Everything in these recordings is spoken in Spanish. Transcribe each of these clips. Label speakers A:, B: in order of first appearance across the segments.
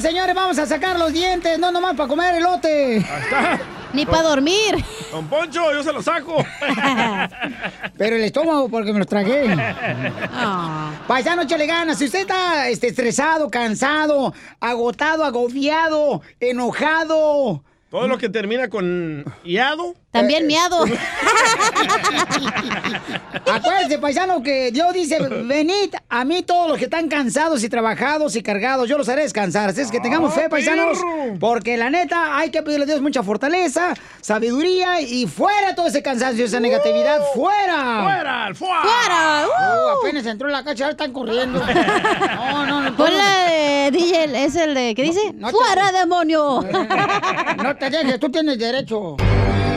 A: señores, vamos a sacar los dientes, no nomás para comer elote.
B: está.
A: Ni para dormir.
B: Don Poncho, yo se lo saco.
A: Pero el estómago, porque me los tragué. Ah. Paisano, échale ganas. Si usted está este, estresado, cansado, agotado, agobiado, enojado.
B: Todo lo que termina con iado.
A: También miado. Acuérdense, paisano, que Dios dice, venid a mí todos los que están cansados y trabajados y cargados, yo los haré descansar. Así es que tengamos fe, paisanos, porque la neta hay que pedirle a Dios mucha fortaleza, sabiduría y fuera todo ese cansancio, esa negatividad, fuera.
B: ¡Fuera, al fuá!
A: ¡Fuera!
B: ¡Uh!
A: Uh, apenas entró en la cacha, ahora están corriendo. No, no, no.
C: Ponla de DJ, es el de, ¿qué dice? ¡Fuera, demonio!
A: No te dejes, tú tienes derecho.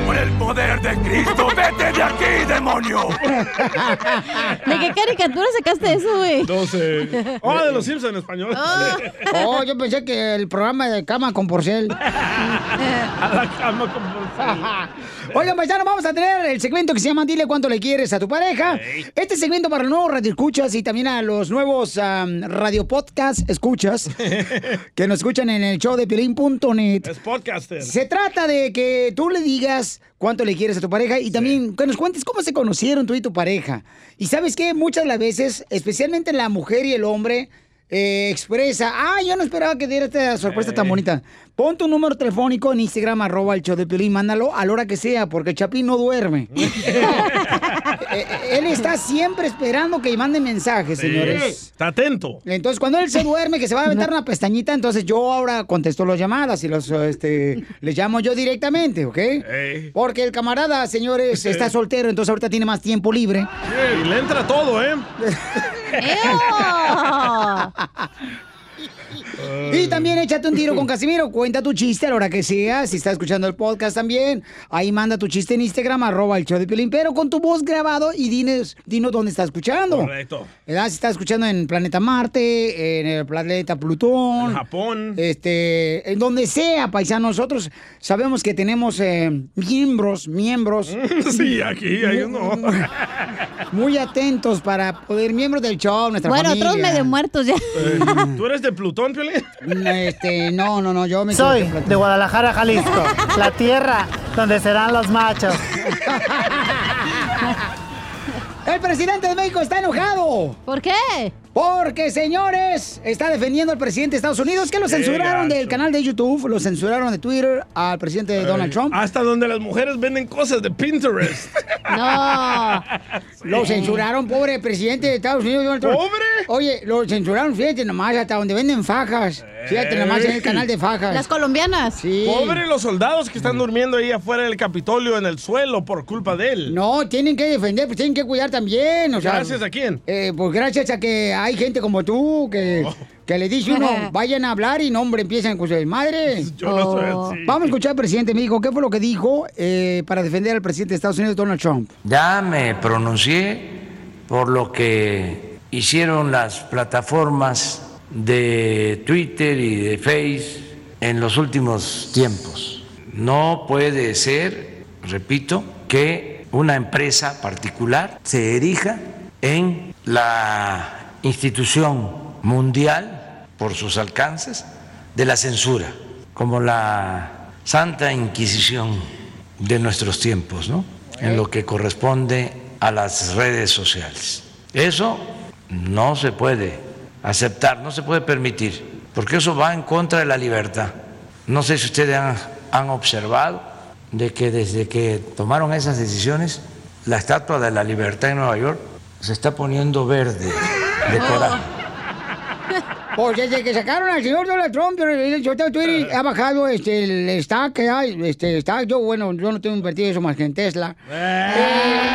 D: Por el poder de Cristo, vete de aquí, demonio.
C: ¿De qué caricatura sacaste eso, güey? Ah.
B: 12. Oh, de los Simpsons en español.
A: Oh, yo pensé que el programa de cama con porcel.
B: A la cama con bolsa.
A: Oigan, paisanos, vamos a tener el segmento que se llama Dile cuánto le quieres a tu pareja. Este segmento para los nuevos radioescuchas y también a los nuevos am, radio podcast escuchas que nos escuchan en el show de Piolín.net.
B: Es podcaster.
A: Se trata de que tú le digas cuánto le quieres a tu pareja y también que nos cuentes cómo se conocieron tú y tu pareja. Y sabes que muchas de las veces, especialmente la mujer y el hombre, eh, expresa, ah, yo no esperaba que diera esta sorpresa tan bonita. Pon tu número telefónico en Instagram, arroba el show de Piolín, mándalo a la hora que sea, porque el Chapín no duerme. Eh, eh, él está siempre esperando que mande mensajes, señores.
B: Sí, Está atento.
A: Entonces, cuando él se duerme, que se va a aventar una pestañita, entonces yo ahora contesto las llamadas y los, este, les llamo yo directamente, ¿ok? Porque el camarada, señores, está soltero, entonces ahorita tiene más tiempo libre.
B: Y le entra todo, ¿eh?
A: Y también échate un tiro con Casimiro. Cuenta tu chiste a la hora que sea. Si estás escuchando el podcast también, ahí manda tu chiste en Instagram, arroba el show de Piolín, pero con tu voz grabado y dinos, dinos dónde estás escuchando.
B: Correcto.
A: ¿Verdad? Si estás escuchando en Planeta Marte, en el Planeta Plutón. En
B: Japón.
A: Este, en donde sea, paisano. Nosotros sabemos que tenemos eh, miembros, miembros.
B: Sí, aquí hay uno.
A: Muy atentos para poder miembros del show, nuestra
C: Bueno,
A: familia.
C: otros medio muertos ya.
B: Eh, ¿Tú eres de Plutón, Piolín?
A: Este, no, no, no, yo me
E: Soy
A: equivoqué,
E: de Guadalajara, Jalisco, la tierra donde serán los machos.
A: El presidente de México está enojado.
C: ¿Por qué?
A: Porque, señores, está defendiendo al presidente de Estados Unidos, que lo
B: Qué
A: censuraron
B: gacho.
A: del canal de YouTube, lo censuraron de Twitter al presidente Donald Trump.
B: Hasta donde las mujeres venden cosas de Pinterest.
C: No.
A: Lo censuraron, pobre presidente de Estados Unidos, Donald Trump.
B: ¿Pobre?
A: Oye, lo censuraron, fíjate nomás, hasta donde venden fajas. Fíjate nomás en el canal de fajas.
C: Las colombianas.
A: Sí. Mm.
B: Pobre los soldados que están durmiendo ahí afuera del Capitolio en el suelo por culpa de él.
A: No, tienen que defender, pues tienen que cuidar también. O sea,
B: ¿Gracias a quién? Oh.
A: Eh, pues gracias a que hay gente como tú que, que le dice uno, vayan a hablar y no, hombre, empiezan con su madre.
B: Yo no soy
C: Oh.
B: así.
A: Vamos a escuchar al presidente, me dijo, ¿qué fue lo que dijo eh, para defender al presidente de Estados Unidos, Donald Trump?
F: Ya me pronuncié por lo que hicieron las plataformas de Twitter y de Face en los últimos tiempos. No puede ser, repito, que una empresa particular se erija en la institución mundial por sus alcances de la censura, como la Santa Inquisición de nuestros tiempos, ¿no? En lo que corresponde a las redes sociales. Eso no se puede aceptar, no se puede permitir, porque eso va en contra de la libertad. No sé si ustedes han, han observado de que desde que tomaron esas decisiones, la estatua de la libertad en Nueva York se está poniendo verde de coraje.
A: Pues desde que sacaron al señor Donald Trump, yo, yo tengo Twitter, ha bajado este, el stock que hay, este stock, yo, bueno, yo no tengo invertido eso más que en Tesla.
B: Eh.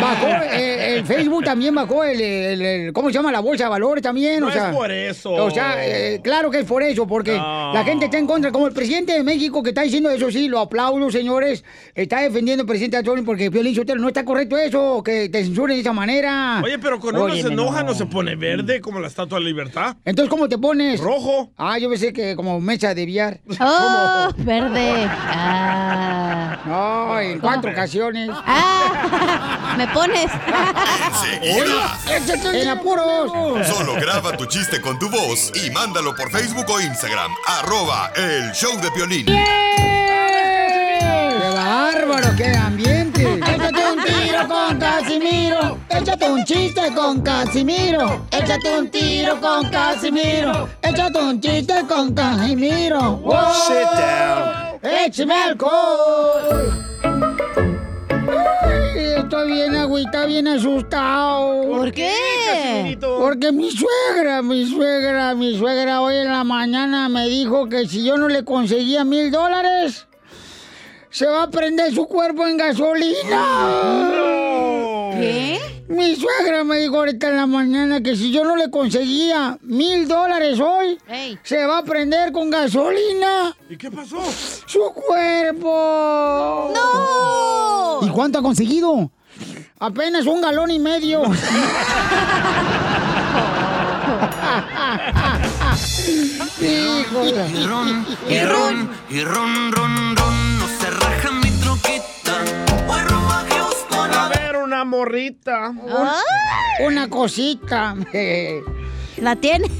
A: Bajó, eh, el Facebook también bajó el, el- el- ¿cómo se llama? La bolsa de valores también,
B: No
A: o
B: es
A: sea.
B: por eso.
A: O sea, eh, claro que es por eso, porque
B: No.
A: la gente está en contra, como el presidente de México que está diciendo eso, sí, lo aplaudo, señores, está defendiendo al presidente Antonio porque Piolín Sotelo, no está correcto eso, que te censuren de esa manera.
B: Oye, pero cuando uno se
A: Óyeme,
B: enoja no. se pone verde como la Estatua de la Libertad.
A: Entonces, ¿cómo te pones?
B: Rojo.
A: Ah, yo pensé que como mecha de billar.
C: Oh, verde. Ah.
A: No, en cuatro ocasiones.
C: Ah, me pones.
G: Enseguida.
A: ¡En apuros!
G: Solo graba tu chiste con tu voz y mándalo por Facebook o Instagram. Arroba el show de Piolín.
A: ¡Qué bárbaro! ¡Qué ambiente! Échate un tiro con Casimiro. Échate un chiste con Casimiro. Échate un tiro con Casimiro. Échate un chiste con Casimiro. ¡Wow!
H: Sit down.
A: ¡Échame alcohol! Ay, Estoy bien agüita, bien asustado. ¿Por qué? Porque mi suegra, mi suegra, mi suegra hoy en la mañana me dijo que si yo no le conseguía mil dólares, se va a prender su cuerpo en gasolina. ¿Qué? Mi suegra me dijo ahorita en la mañana que si yo no le conseguía mil dólares hoy, se va a prender con gasolina.
B: ¿Y qué pasó?
A: ¡Su cuerpo! ¡No! ¿Y cuánto ha conseguido? Apenas un galón y medio. Hijo de-
D: Y ron, y ron, y ron, ron, ron, no se raja mi troquita.
B: A ver, una morrita.
A: Un- Una cosita. ¿La tiene?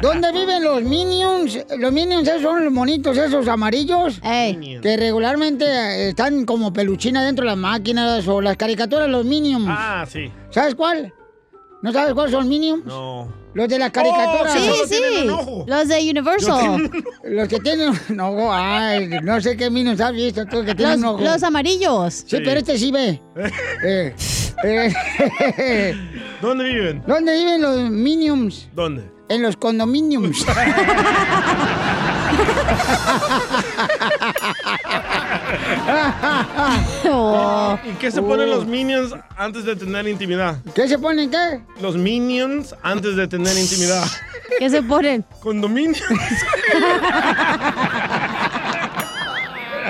A: ¿Dónde viven los minions? Los minions esos son los monitos esos amarillos. Que regularmente eh, están como peluchina dentro de las máquinas o las caricaturas, los minions.
B: Ah, sí.
A: ¿Sabes cuál? ¿No sabes cuáles son minions?
B: No.
A: Los de las caricaturas.
C: Oh, sí, Sí, sí. tienen un ojo.
A: Los de
C: Universal.
A: Los que tienen. No, ay, no sé qué minions has visto tú que tienen
C: Los,
A: un ojo.
C: los amarillos.
A: Sí, pero este sí ve. Eh, eh,
B: ¿Dónde viven?
A: ¿Dónde viven los minions?
B: ¿Dónde?
A: En los condominiums.
B: ¿Y qué se ponen los minions antes de tener intimidad?
A: Uh. ¿Qué se ponen qué?
B: Los minions antes de tener intimidad.
C: ¿Qué se ponen?
B: Condominios.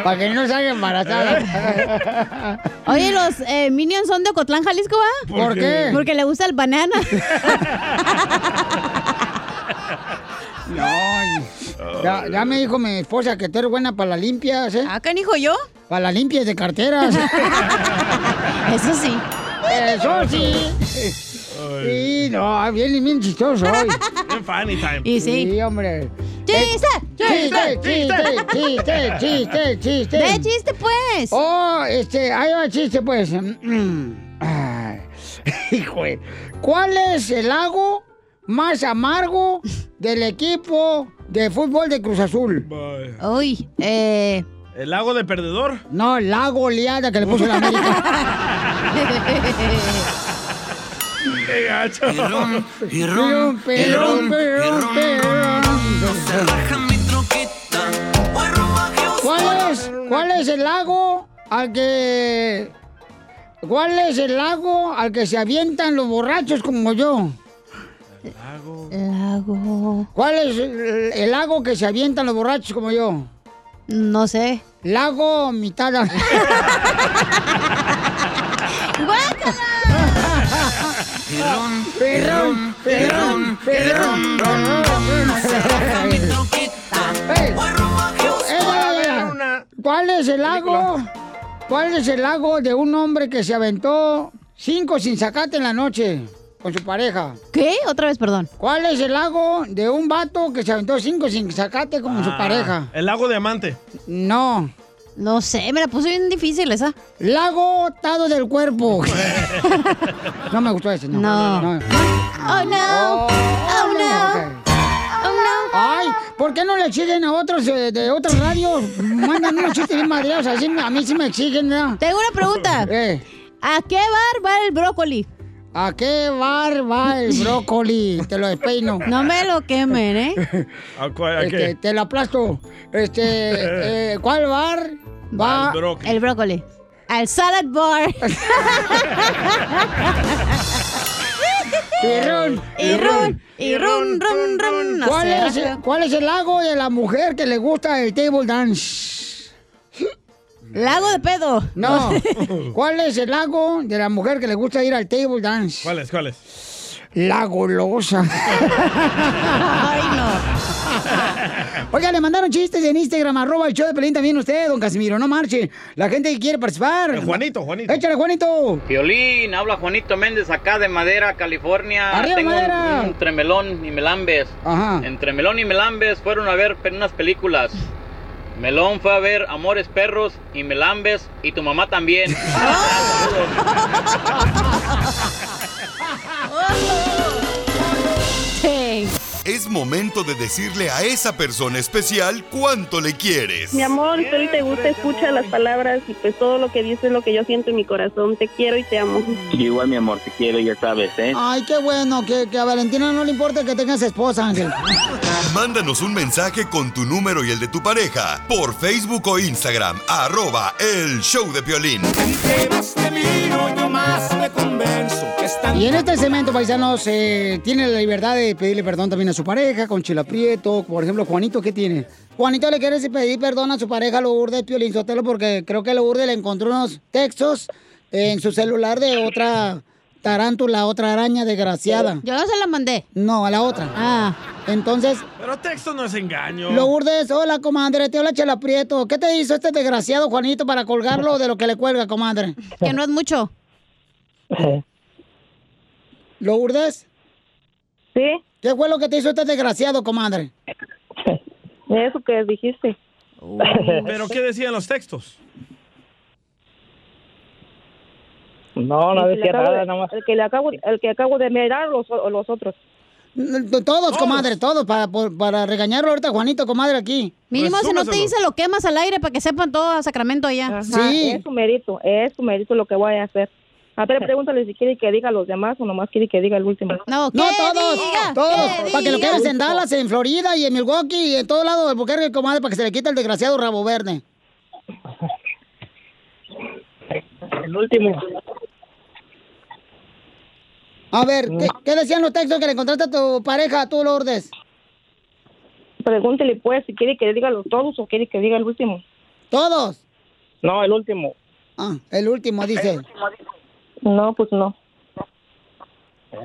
A: Para que no salga embarazada.
C: Oye, los eh, Minions son de Ocotlán, Jalisco, ¿va?
A: ¿Por ¿Por qué? qué?
C: Porque le gusta el banana.
A: No, ya, ya me dijo mi esposa que tú eres buena para las limpias, ¿eh? ¿Ah, qué dijo yo? Para las limpias de carteras. Eso sí. Eso sí. Sí, no, bien, bien chistoso hoy.
B: En funny time.
A: hombre. Eh,
C: ¡Chiste!
A: Chiste, chiste, chiste, chiste, chiste.
C: ¡Ve chiste, pues!
A: Oh, este, ahí va el chiste, pues. Mm, ay, Hijo de- ¿Cuál es el lago más amargo del equipo de fútbol de Cruz Azul? Uy, eh...
B: ¿El lago de perdedor?
A: No, el lago liada que le puso la América.
B: ¡Qué gacho!
D: Y ron, y
A: Perón,
D: ron, y ron.
A: perón, perón, perón. ¿Cuál es, ¿Cuál es el lago al que... ¿Cuál es el lago al que se avientan los borrachos como yo? Lago. Lago. ¿Cuál es el, el lago que se avientan los borrachos como yo? No sé. Lago mitad.
D: Y ron,
A: Perrón, perrón, perrón. Ey. Ey, ey, ey. ¿Cuál es el lago? ¿Cuál es el lago de un hombre que se aventó cinco sin sacate en la noche con su pareja? ¿Qué? Otra vez, perdón. ¿Cuál es el lago de un vato que se aventó cinco sin sacate con su
B: Ah,
A: pareja?
B: El lago de amante.
A: No. No sé, me la puso bien difícil esa. Lago tado del cuerpo. no me gustó ese, no. No.
C: ¡Oh, no! ¡Oh, no!
A: Ay, ¿por qué no le exigen a otros eh, de otras radios? Mandan unos chistes bien madreados, así a mí sí me exigen, ¿no?
C: Tengo una pregunta. ¿A qué bar va el brócoli?
A: ¿A qué bar va el brócoli? Te lo despeino.
C: No me lo quemen, ¿eh?
B: ¿A cuál- a
A: Este,
B: qué?
A: te lo aplasto. Este, eh, ¿cuál bar va?
B: Al brócoli.
C: El brócoli. Al salad bar.
A: Y ron,
C: Y ron, y ron, ron, ron. no
A: ¿Cuál,
C: sé.
A: es, cuál es el lago de la mujer que le gusta el table dance? ¿Lago de pedo? No. ¿Cuál es el lago de la mujer que le gusta ir al table dance?
B: ¿Cuáles, cuáles?
A: La golosa.
D: Ay,
A: no. Oiga, le mandaron chistes en Instagram, arroba el show de Pelín también usted, don Casimiro, no marche. La gente que quiere participar. Juanito, Juanito. Échale, Juanito.
H: Violín, habla Juanito Méndez acá de Madera, California.
A: Arriba,
H: Tengo un-
A: Madera.
H: Un, Tremelón y Melambes.
A: Ajá.
H: Entre Melón y Melambes fueron a ver pe- unas películas. Melón fue a ver Amores Perros y Melambes y tu mamá también.
A: Ah.
G: Es momento de decirle a esa persona especial cuánto le quieres.
I: Mi amor, si él te gusta, escucha las palabras y pues todo lo que dices es lo que yo siento en mi corazón. Te quiero y te amo.
J: Igual, mi amor, te quiero, ya sabes, ¿eh?
A: Ay, qué bueno, que, que a Valentina no le importa que tengas esposa, Ángel.
G: Mándanos un mensaje con tu número y el de tu pareja por Facebook o Instagram, arroba el show de violín.
A: Y en este segmento, paisanos, eh, tiene la libertad de pedirle perdón también a su pareja, con Chila Prieto, por ejemplo, Juanito, ¿qué tiene? Juanito le quiere pedir perdón a su pareja, Lourdes Piolín Sotelo, porque creo que Lourdes le encontró unos textos en su celular de otra tarántula, otra araña desgraciada. Yo no se la mandé. No, a la otra. Ah. Entonces,
B: Pero texto no es engaño.
A: Lourdes, hola, comadre, te hola Chela Prieto. ¿Qué te hizo este desgraciado Juanito para colgarlo de lo que le cuelga, comadre? Que no es mucho. ¿Lourdes?
I: Sí.
A: ¿Qué fue lo que te hizo este desgraciado, comadre?
I: Eso que dijiste.
B: ¿Pero qué decían los textos?
E: No, no
I: El que le
E: decía
I: acabo
E: nada,
I: de-
E: nada más.
I: El que, le acabo, el que acabo de mirar los, o- los otros.
A: Todos, comadre, todos, para, por- para regañarlo ahorita, a Juanito, comadre, aquí.
C: Mínimo, si no te dice, lo quemas al aire para que sepan todo a Sacramento allá.
I: Ajá, Es su mérito, es su mérito lo que voy a hacer. A ver, pregúntale si quiere que diga a los demás o nomás quiere que diga el último.
C: No,
A: No, todos, todos, para que lo quieras en
I: Último.
A: Dallas, en Florida y en Milwaukee y en todo lado de Buquerque, comadre, para que se le quite el desgraciado rabo verde.
E: El último.
A: A ver, ¿qué, qué decían los textos que le encontraste a tu pareja, tú, Lourdes?
I: Pregúntele pues si quiere que le diga los todos o quiere que diga el último.
A: ¿Todos?
E: No, el último.
A: Ah, el último dice.
I: No, pues no.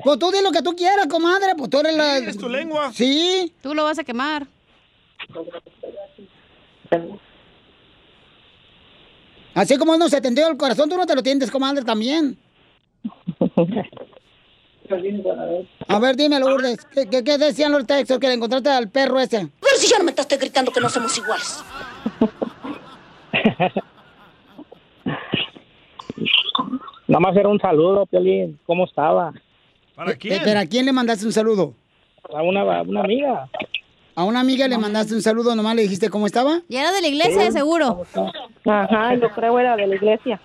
A: Pues tú di lo que tú quieras, comadre, pues tú eres la...
C: Sí, es tu
A: lengua. Sí.
C: Tú lo vas a quemar.
A: Así como él no se tendió el corazón, tú no te lo tiendes, comadre, también. A ver, dime, Lourdes, ¿qué, qué, qué decían los textos que le encontraste al perro ese?
K: Pero Pues si ya no me estás gritando que no somos iguales.
E: Nada más era un saludo, Piolín. ¿Cómo estaba?
B: ¿Para
A: Eh, ¿Pero a quién le mandaste un saludo?
E: A una, a una amiga.
A: A una amiga le mandaste un saludo, nomás le dijiste cómo estaba.
C: Y era de la iglesia, de seguro.
I: Ajá, yo creo era de la iglesia.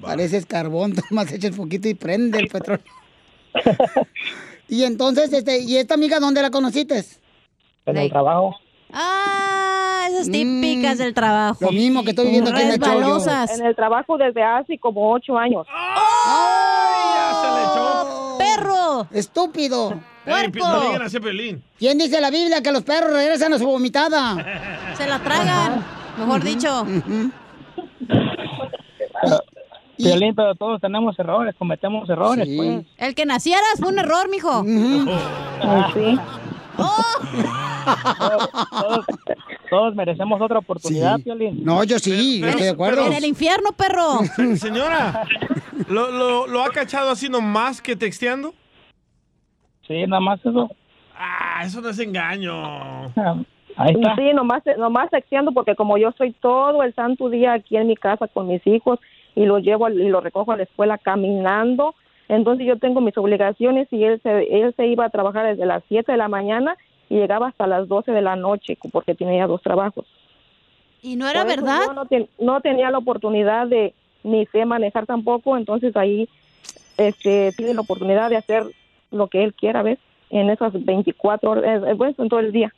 A: Pareces carbón, nomás echa el foquito y prende el petróleo. y entonces, este, ¿y esta amiga dónde la conociste?
E: En el trabajo.
C: Ah, esas típicas del trabajo.
A: Mm, Lo mismo que estoy viviendo aquí en la Choyo.
C: Resbalosas.
I: En el trabajo desde hace como ocho años.
C: Oh, ¡Perro!
A: ¡Estúpido!
B: Ey, pi- no le digan así a Piolín.
A: ¿Quién dice la Biblia que los perros regresan a su vomitada?
C: Se la tragan, mejor dicho.
E: Piolín, pero todos tenemos errores, cometemos errores, pues.
C: El que nacieras fue un error, mijo. Oh.
E: sí. todos, todos merecemos otra oportunidad, Piolín.
A: No, yo sí,
B: Pero- estoy de acuerdo. pero-
C: En el infierno, perro.
B: Se- Señora, ¿lo, lo, lo ha cachado así nomás que texteando?
E: Sí, nada más eso.
B: Ah, eso no es engaño.
E: Ah, Ahí está.
I: Sí, nomás, nomás texteando porque como yo estoy todo el santo día aquí en mi casa con mis hijos y los llevo al- y los recojo a la escuela caminando, entonces yo tengo mis obligaciones y él se, él se iba a trabajar desde las 7 de la mañana y llegaba hasta las 12 de la noche porque tenía dos trabajos.
C: Y no era
I: Por eso
C: verdad.
I: yo no, ten- no tenía la oportunidad de ni sé manejar tampoco, entonces ahí este, tiene la oportunidad de hacer lo que él quiera, ¿ves? En esas 24 horas, eh, pues en todo el día.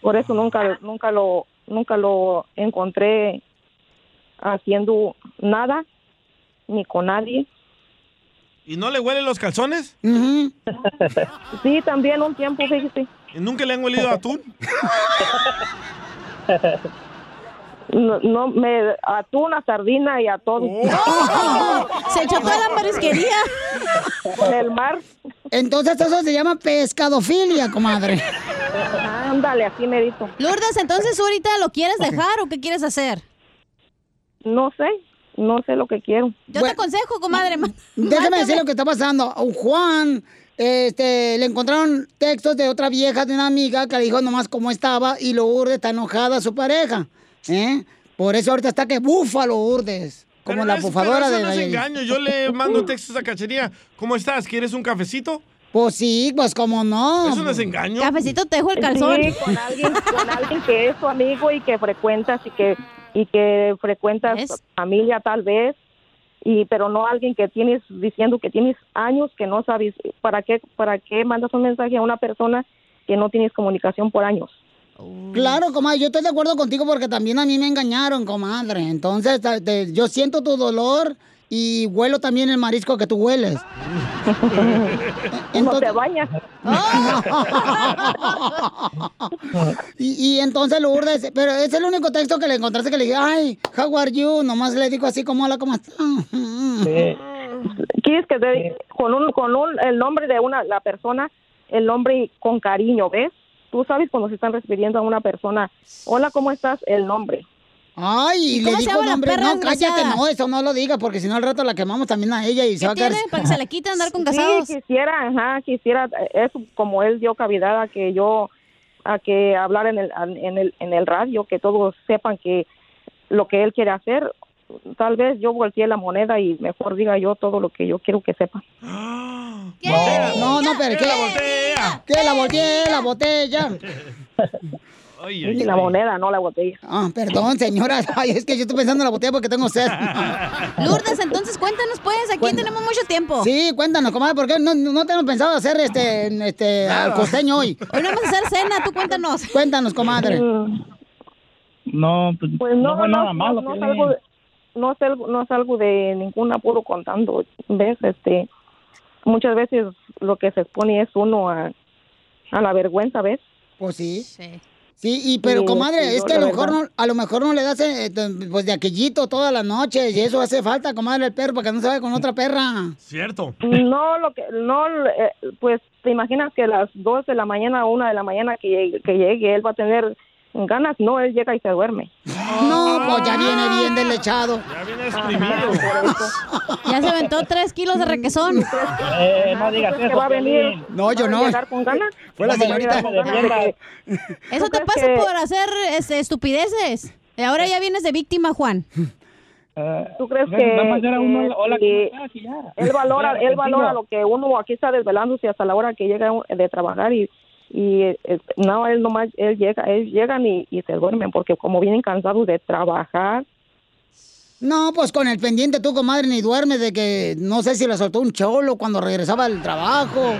I: Por eso nunca, nunca lo, nunca lo encontré haciendo nada ni con nadie.
B: ¿Y no le huelen los calzones?
I: Sí, también un tiempo, fíjese.
B: ¿Y nunca le han huelido atún?
I: No, no me atún a sardina y a todo.
C: Se echó toda la marisquería.
I: Con el mar.
A: Entonces eso se llama pescadofilia, comadre.
I: Ándale, así me dijo.
C: Lourdes, entonces ahorita lo quieres dejar o qué quieres hacer?
I: No sé, no sé lo que quiero.
C: Yo te aconsejo, comadre. ma-
A: Déjame
C: mándame.
A: decir lo que está pasando. A Juan, este, le encontraron textos de otra vieja, de una amiga, que le dijo nomás cómo estaba y lo urde está enojada a su pareja. ¿eh? Por eso ahorita está que búfalo urdes. Como
B: Pero
A: la
B: es-
A: bufadora
B: pero eso
A: de
B: no es
A: Nayarit.
B: engaño. Yo le mando textos a Cachería. ¿Cómo estás? ¿Quieres un cafecito?
A: Pues sí, pues como no.
B: Eso no es engaño.
C: Cafecito Ah, te dejo el
B: calzón.
I: Sí, con alguien, con alguien que es tu amigo y que frecuentas y que y que frecuentas familia tal vez y pero no alguien que tienes diciendo que tienes años que no sabes para qué para qué mandas un mensaje a una persona que no tienes comunicación por años.
A: Claro, comadre, yo estoy de acuerdo contigo porque también a mí me engañaron, comadre. Entonces, ta- te- yo siento tu dolor y huelo también el marisco que tú hueles.
I: No te bañas.
A: y, y entonces Lourdes, pero es el único texto que le encontraste que le dije, ay, how are you? Nomás le digo así como hola, ¿cómo estás?
I: Mm. Quieres que te, con un con un el nombre de una la persona el nombre con cariño, ¿ves? Tú sabes cuando se están refiriendo a una persona. Hola, ¿cómo estás? El nombre.
A: Ay, y le
I: cómo se
A: dijo
I: llama la
A: nombre,
I: perra
A: no, cállate,
I: desgraciada?
A: no, eso no lo digas porque si no al rato la quemamos también a ella y se va a quedar...
C: quite andar
A: con casados?
I: Sí, quisiera, ajá, quisiera, eh, eso como él dio cavidad a que yo, a que hablar en el, an- en el, en el radio, que todos sepan que lo que él quiere hacer, tal vez yo volteé la moneda y mejor diga yo todo lo que yo quiero que sepan.
A: No, no, pero ¿qué? ¿Qué? La botella, la botella.
I: Y la moneda, no la botella.
A: Ah, perdón, señora. Ay, es que yo estoy pensando en la botella porque tengo sed.
C: Lourdes, entonces cuéntanos pues, aquí tenemos mucho tiempo.
A: Sí, cuéntanos, comadre, porque no, no tenemos pensado hacer este, este
C: Nada.
A: al costeño hoy.
C: Hoy no vamos a hacer cena, tú cuéntanos.
A: Cuéntanos, comadre.
L: No, pues, no fue nada malo.
I: no
L: Piolín.
I: salgo, de- no salgo, no salgo de ningún apuro contando, ¿ves? Este, muchas veces lo que se expone es uno a, a la vergüenza, ¿ves?
A: Pues sí. Sí. y pero
I: Sí,
A: comadre,
I: sí,
A: es
I: no,
A: que a
I: la
A: lo mejor
I: verdad.
A: no, a lo mejor no le das eh, t- pues de aquellito todas las noches y eso hace falta, comadre, el perro para que no se vaya con otra perra.
B: Cierto.
I: No, lo que, no, eh, pues te imaginas que a las 2 de la mañana o 1 de la mañana que llegue, que llegue, él va a tener ganas, no, él llega y se duerme.
A: No, pues ya viene bien deslechado.
B: Ya viene exprimido.
C: Ya se aventó tres kilos de requesón.
L: Eh, no digas
C: ¿tú
L: eso,
C: crees que va a venir?
L: Piolín.
A: No, yo no. Fue la
L: No me
A: señorita.
L: digas, no me defiendas.
C: Eso te pasa por hacer este, estupideces. Y ahora ya vienes de víctima, Juan.
I: ¿Tú crees
C: Bueno, nada más
I: que,
C: era un hola, hola,
I: que
C: ¿cómo
I: él valora,
C: Ya,
I: él valora
C: contigo.
I: lo que uno aquí está desvelándose hasta la hora que llega de trabajar y y eh, no él nomás él llega él llegan y, y se duermen porque como vienen cansados de trabajar
A: No, pues con el pendiente tú, comadre, ni duermes de que no sé si le soltó un cholo cuando regresaba del trabajo.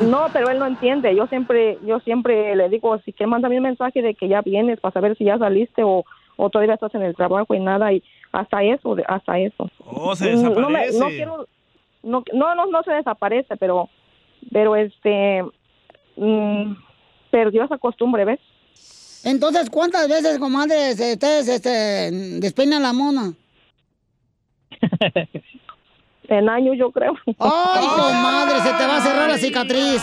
I: No, pero él no entiende. Yo siempre, yo siempre le digo, si que mándame un mensaje de que ya vienes para saber si ya saliste o, o todavía estás en el trabajo y nada y hasta eso, de- hasta eso. Mm,
B: Oh,
L: Mm,
B: se
I: No, no me-
B: desaparece.
I: no quiero- no, no, no, no se desaparece, pero, pero este, mm, perdió esa costumbre, ¿ves?
A: Entonces, ¿cuántas veces, comadre, se- ustedes este, despeinan la mona?
I: En años, yo creo.
A: ¡Ay, comadre! Se te va a cerrar la cicatriz.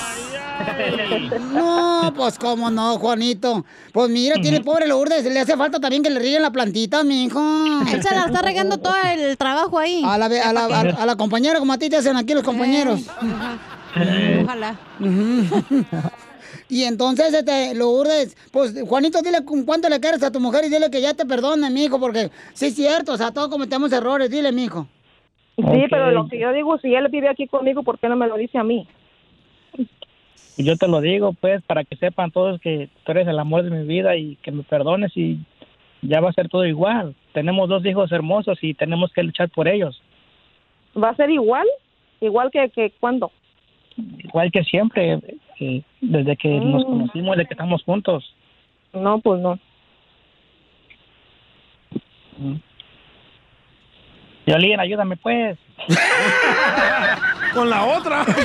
A: No, pues cómo no, Juanito. Pues mira, tiene pobre Lourdes, le hace falta también que le rieguen la plantita, mijo.
C: Él se la está regando todo el trabajo ahí.
A: A la, ve- a la- a- a la compañera, como a ti te hacen aquí los compañeros.
C: Eh, Ojalá.
A: Ujú. Y entonces, este, Lourdes, pues Juanito, dile cu- cuánto le quieres a tu mujer y dile que ya te perdone, mijo, porque sí es cierto, o sea, todos cometemos errores, dile, mijo.
I: Sí, pero lo que yo digo, si él vive aquí conmigo, ¿por qué no me lo dice a mí?
L: Yo te lo digo, pues, para que sepan todos que tú eres el amor de mi vida y que me perdones y ya va a ser todo igual. Tenemos dos hijos hermosos y tenemos que luchar por ellos.
I: ¿Va a ser igual? ¿Igual que, que cuando?
L: Igual que siempre, eh, desde que nos
I: Mm.
L: conocimos, desde que estamos juntos.
I: No, pues no.
L: Violín, ayúdame, pues.
B: Con la otra.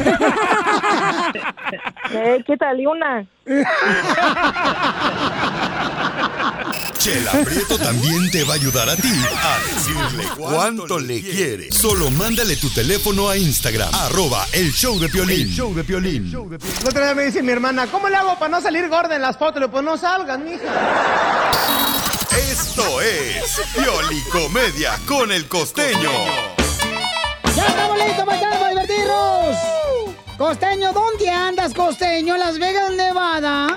I: Eh, quítale una.
G: Chela Prieto también te va a ayudar a ti a decirle cuánto le quiere. Solo mándale tu teléfono a Instagram, arroba el show de Piolín. show de Piolín.
M: La otra vez me dice mi hermana, ¿cómo le hago para no salir gorda en las fotos? Le digo, pues no salgan, mija.
G: Esto es Piolicomedia con el costeño.
A: ¡Ya estamos listos, paisanos, para divertirnos! Costeño, ¿dónde andas, costeño? En Las Vegas, Nevada.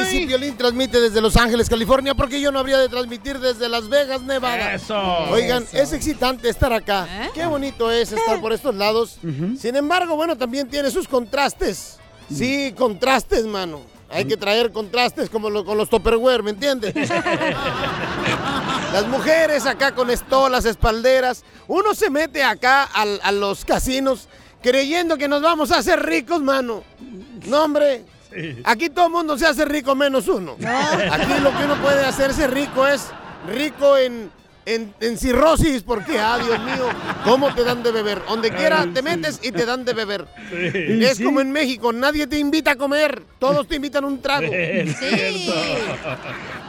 N: Y si Violín transmite desde Los Ángeles, California, porque yo no habría de transmitir desde Las Vegas, Nevada.
B: Eso.
N: Oigan,
B: Eso.
N: es excitante estar acá.
A: ¿Eh?
N: Qué bonito es estar por estos lados. Sin embargo, bueno, también tiene sus contrastes.
M: Mm.
N: Sí, contrastes, mano. Hay que traer contrastes como lo- con los Topperware, ¿me entiendes? Las mujeres acá con estolas, espalderas. Uno se mete acá al- a los casinos creyendo que nos vamos a hacer ricos, mano. No, hombre. Aquí todo el mundo se hace rico menos uno. Aquí lo que uno puede hacerse rico es rico en, en, en cirrosis, porque, ah, Dios mío, ¿cómo te dan de beber? Donde quiera te metes y te dan de beber.
B: Sí.
N: Es
B: Sí.
N: como en México, nadie te invita a comer, todos te invitan un trago.
B: Es cierto.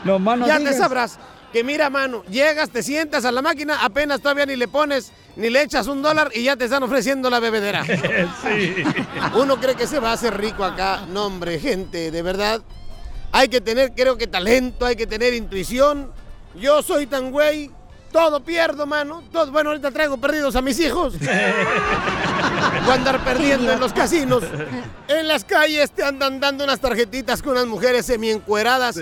A: No, mano,
N: Ya
A: digas.
N: te sabrás que mira, mano, llegas, te sientas a la máquina, apenas todavía ni le pones, ni le echas un dólar y ya te están ofreciendo la bebedera. Uno cree que se va a hacer rico acá. No, hombre, gente, de verdad. Hay que tener, creo que talento, hay que tener intuición. Yo soy tan güey, todo pierdo, mano. Todo, bueno, ahorita traigo perdidos a mis hijos. Voy a andar perdiendo en los casinos. En las calles te andan dando unas tarjetitas con unas mujeres semiencueradas.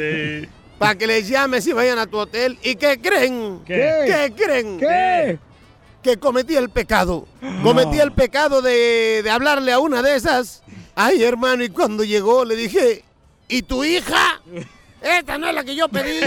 N: Para que les llames y vayan a tu hotel. ¿Y qué creen?
B: ¿Qué?
N: ¿Qué creen? ¿Qué? Que cometí el pecado. Cometí el pecado de, de hablarle a una de esas. Ay, hermano, y cuando llegó le dije, ¿y tu hija? Esta no es la que yo pedí.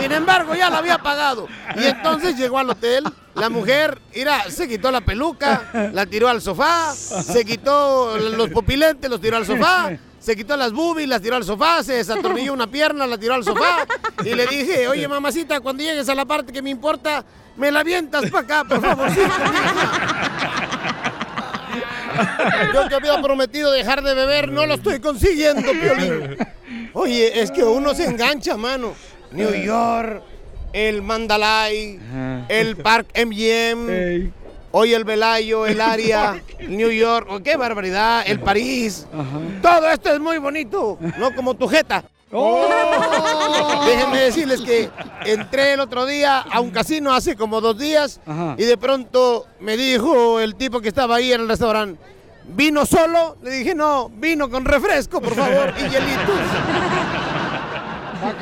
N: Sin embargo, ya la había pagado. Y entonces llegó al hotel. La mujer, mira, se quitó la peluca, la tiró al sofá, se quitó los pupilentes, los tiró al sofá, se quitó las boobies, las tiró al sofá, se desatornilló una pierna, la tiró al sofá. Y le dije, oye, mamacita, cuando llegues a la parte que me importa, me la avientas para acá, por favor. Yo te había prometido dejar de beber, no lo estoy consiguiendo, Piolín. Oye, es que uno se engancha, mano. New York, el Mandalay, el Park MGM, hoy el Velayo, el área, New York, oh, qué barbaridad, el París. Todo esto es muy bonito, no como tu jeta. Déjenme decirles que entré el otro día a un casino hace como dos días y de pronto me dijo el tipo que estaba ahí en el restaurante, ¿vino solo? Le dije, no, vino con refresco, por favor, y hielitos.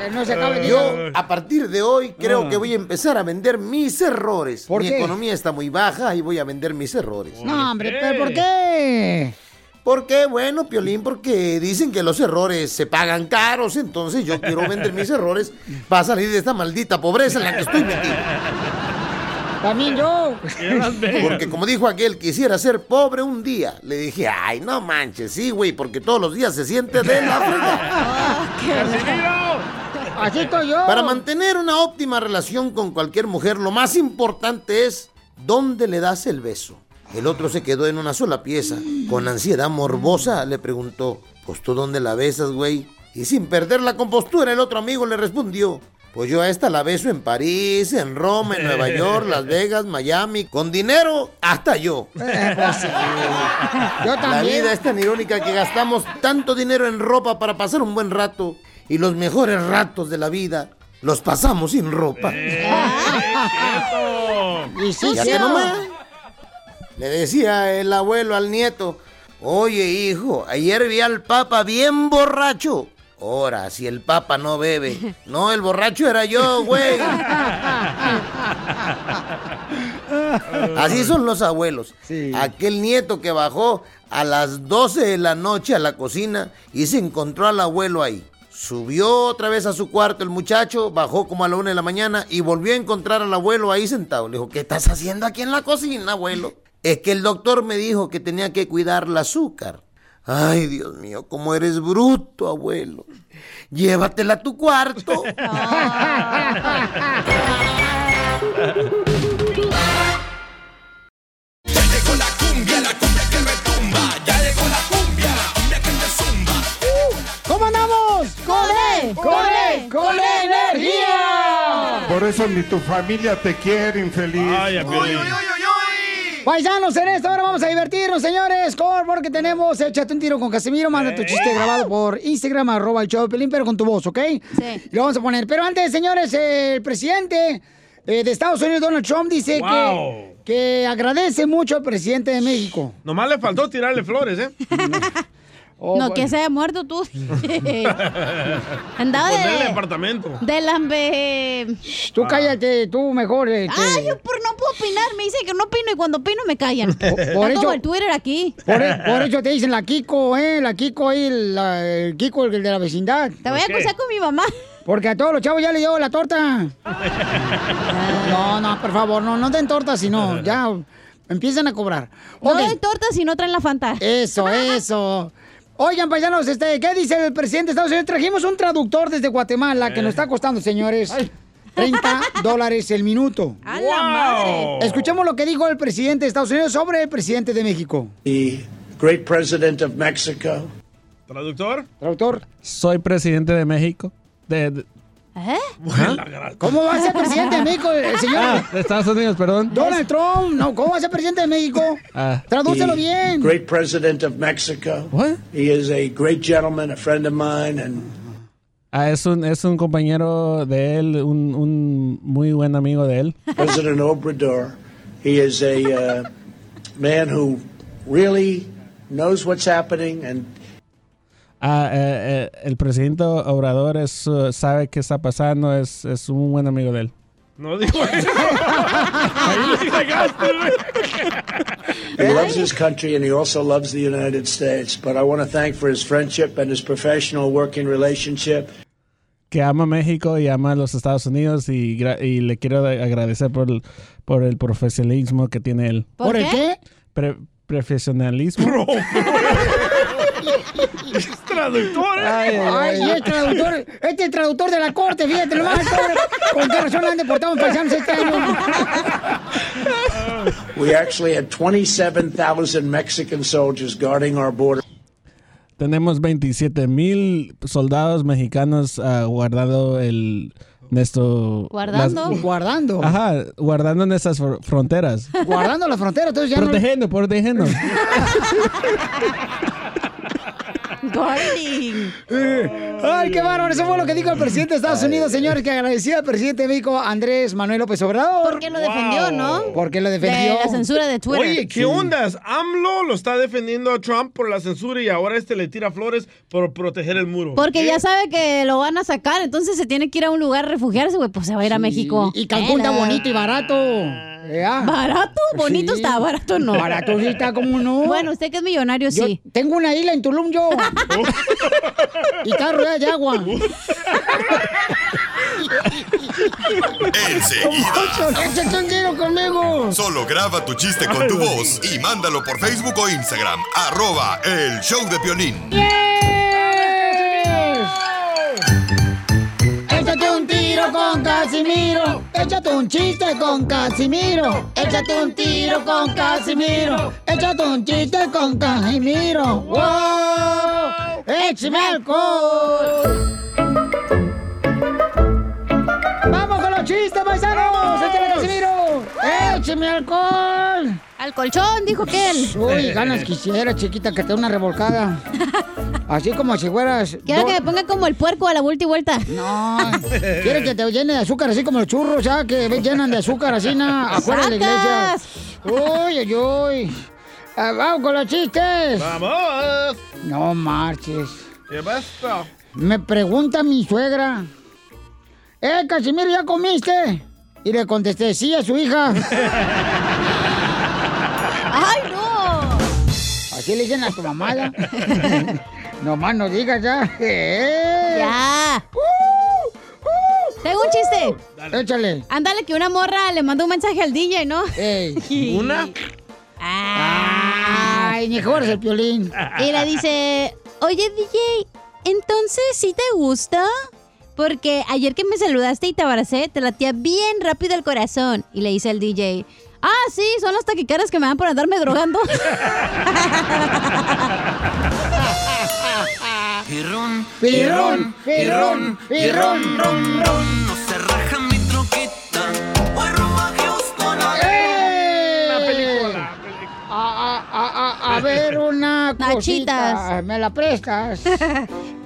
N: Eh, Yo, a partir de hoy, creo
A: Ah.
N: que voy a empezar a vender mis errores.
A: ¿Por
N: Mi
A: qué?
N: economía está muy baja y voy a vender mis errores.
A: No, hombre, ¿pero por qué?
N: Porque, bueno, Piolín, porque dicen que los errores se pagan caros, entonces yo quiero vender mis errores para salir de esta maldita pobreza en la que estoy metido.
A: También yo.
N: Porque como dijo aquel, quisiera ser pobre un día. Le dije, ay, no manches, sí, güey, porque todos los días se siente de la
A: Así estoy yo.
N: Para mantener una óptima relación con cualquier mujer, lo más importante es dónde le das el beso. El otro se quedó en una sola pieza. Con ansiedad morbosa le preguntó, pues tú dónde la besas, güey. Y sin perder la compostura, el otro amigo le respondió, pues yo a esta la beso en París, en Roma, en Nueva York, Las Vegas, Miami, con dinero hasta yo.
A: Eh,
N: La
A: también.
N: vida es tan irónica que gastamos tanto dinero en ropa para pasar un buen rato y los mejores ratos de la vida los pasamos sin ropa.
A: Y
N: Ya que nomás. Le decía el abuelo al nieto, oye hijo, ayer vi al papa bien borracho. Ahora, si el papa no bebe. No, el borracho era yo, güey. Así son los abuelos. Aquel nieto que bajó a las 12 de la noche a la cocina y se encontró al abuelo ahí. Subió otra vez a su cuarto el muchacho, bajó como a la una de la mañana y volvió a encontrar al abuelo ahí sentado. Le dijo, ¿qué estás haciendo aquí en la cocina, abuelo? Es que el doctor me dijo que tenía que cuidar el azúcar. Ay, Dios mío, cómo eres bruto, abuelo. Llévatela a tu cuarto.
A: ¿Cómo andamos? ¡Corre!
I: E,
B: ¡Corre!
A: ¡Con energía!
O: Por eso ni tu familia te quiere, infeliz.
A: Paisanos, en esta hora vamos a divertirnos, señores, con porque tenemos Échate un tiro con Casimiro. Manda tu chiste grabado por Instagram, arroba el show de Pelín, pero con tu voz, ¿ok? Sí. Lo vamos a poner. Pero antes, señores, el presidente eh, de Estados Unidos, Donald Trump, dice
B: Wow.
A: que, que agradece mucho al presidente de México.
B: Nomás le faltó tirarle flores, ¿eh?
A: Oh,
C: no, que se haya muerto tú. Andaba
B: Andaba
A: Pues
B: Ponerle
C: de-
B: apartamento.
C: De lambe.
A: Tú cállate, tú mejor. este,
C: Ah, yo por no puedo opinar. Me dicen que no opino y cuando opino me callan. Está
A: por
C: como
A: eso-
C: el Twitter aquí.
A: Por, e- por eso te dicen la Kiko, ¿eh? La Kiko ahí, la- el Kiko, el de la vecindad.
C: Te voy a ¿Por qué? acusar
A: con mi mamá. Porque a todos los chavos ya le dio la torta. No, no, por favor, no, no den torta, sino ya empiezan a cobrar. No den torta si no traen la fanta. Eso, eso. Oigan, paisanos, este, ¿qué dice el presidente de Estados Unidos? Trajimos un traductor desde Guatemala que nos está costando, señores, 30 dólares el minuto.
C: ¡A la madre!
A: Escuchemos lo que dijo el presidente de Estados Unidos sobre el presidente de México.
P: the great president of Mexico.
B: ¿Traductor?
A: Traductor.
Q: Soy presidente de México. De, de-
A: ¿Cómo va a ser presidente de México el señor
Q: Ah, de Estados Unidos, perdón.
A: Donald Trump? No, ¿cómo va a ser presidente de México?
Q: Ah.
A: Tradúcelo
P: the
A: bien.
P: Great president of Mexico. What? He is a great gentleman, a friend of mine, and
Q: Ah, es un, es un compañero de él, un, un muy buen amigo de él.
P: President Obrador. He is a uh, man who really knows what's happening and
Q: Ah, eh, eh, el presidente Obrador es, eh, sabe qué está pasando, es, es un buen amigo de él.
B: No dijo eso. Ahí le cagaste, güey.
P: he loves his country and he also loves the United States. But I want to thank for his friendship and his professional working relationship.
Q: Que ama México y ama a los Estados Unidos y, gra- y le quiero de- agradecer por el, por el profesionalismo que tiene él.
A: ¿Por ¿Por el qué?
Q: Pre- profesionalismo.
A: Es traductor, Ay,
Q: ¿eh? ay.
A: es traductor. Este es traductor de la corte, fíjate, lo más pobre. Con qué razón lo han deportado en paisanos este año.
P: We actually had 27,000 Mexican soldiers guarding our border.
Q: Tenemos 27 mil soldados mexicanos ah, guardado el nuestro
A: Guardando.
Q: las-
A: Guardando.
Q: Ajá, guardando nuestras fr- fronteras.
A: Guardando la frontera, entonces ya no-
Q: protegiendo, protegiendo.
A: Guarding. Eh, Ay, qué bárbaro. Eso fue lo que dijo el presidente de Estados Unidos, señores, que agradecía al presidente de México, Andrés Manuel López Obrador. Porque
C: lo defendió, ¿no?
A: Porque lo defendió.
B: Oye, ¿qué ondas? AMLO lo está defendiendo a Trump por la censura y ahora este le tira flores por proteger el muro.
C: Porque ya sabe que lo van a sacar, entonces se tiene que ir a un lugar a refugiarse, güey, pues se va a ir a México.
A: Y Cancún está
C: Era.
A: bonito y barato. Ya.
C: ¿Barato? Bonito
A: Eh, ah. Sí.
C: está, barato no.
A: Barato sí está, ¿cómo no?
C: Bueno, usted que es millonario,
A: Yo
C: sí.
A: Tengo una isla en Tulum yo. y está rodeada de agua.
G: Enseguida.
A: ¡Échate un tiro conmigo!
G: Solo graba tu chiste con tu voz y mándalo por Facebook o Instagram. Arroba el show de Piolín.
A: Échate un tiro con Casimiro. Échate un chiste con Casimiro. Échate un tiro con Casimiro. Échate un chiste con Casimiro. Eh, ¡Wow! ¡Échame alcohol! ¡Vamos con los chistes, paisanos! ¡Échame Casimiro! ¡Échame alcohol!
C: Al colchón, dijo que él.
A: Uy, ganas quisiera, chiquita, que te dé una revolcada. Así como si fueras...
C: Quiero
A: do-
C: que me ponga como el puerco a la vuelta y vuelta.
A: No. ¿Quieres que te llene de azúcar así como los churros, ya que ven- llenan de azúcar así na, afuera de la iglesia?
C: ¡Sacas!
A: Uy, uy, uy. Ah, vamos con los chistes.
B: ¡Vamos!
A: No marches.
B: ¿Qué pasa?
A: Me pregunta mi suegra. Eh, Casimiro, ¿ya comiste? Y le contesté, sí, a su hija.
C: ¡Ay, no!
A: Así le dicen a tu mamá, ya. Nomás no digas ya.
C: Ya. Uh, Tengo un chiste.
A: Échale.
C: Ándale, que una morra le mandó un mensaje al DJ, ¿no?
A: ¿Una? Ay, mejor es el piolín.
C: Y le dice, oye DJ, entonces sí te gusta? Porque ayer que me saludaste y te abracé, te latía bien rápido el corazón. Y le dice el DJ, ah, sí, son las taquicaras que me dan por andarme drogando.
D: Y ron, y
A: Pirrón,
D: ron, y ron, y
A: pirrón,
D: ron,
A: pirrón.
D: ron, ron. No se raja mi troquita. Voy rumbo a Houston a ver
A: Una película. Eh. A, a- a- a ver una
C: Nachitas.
A: cosita. ¿Me la prestas?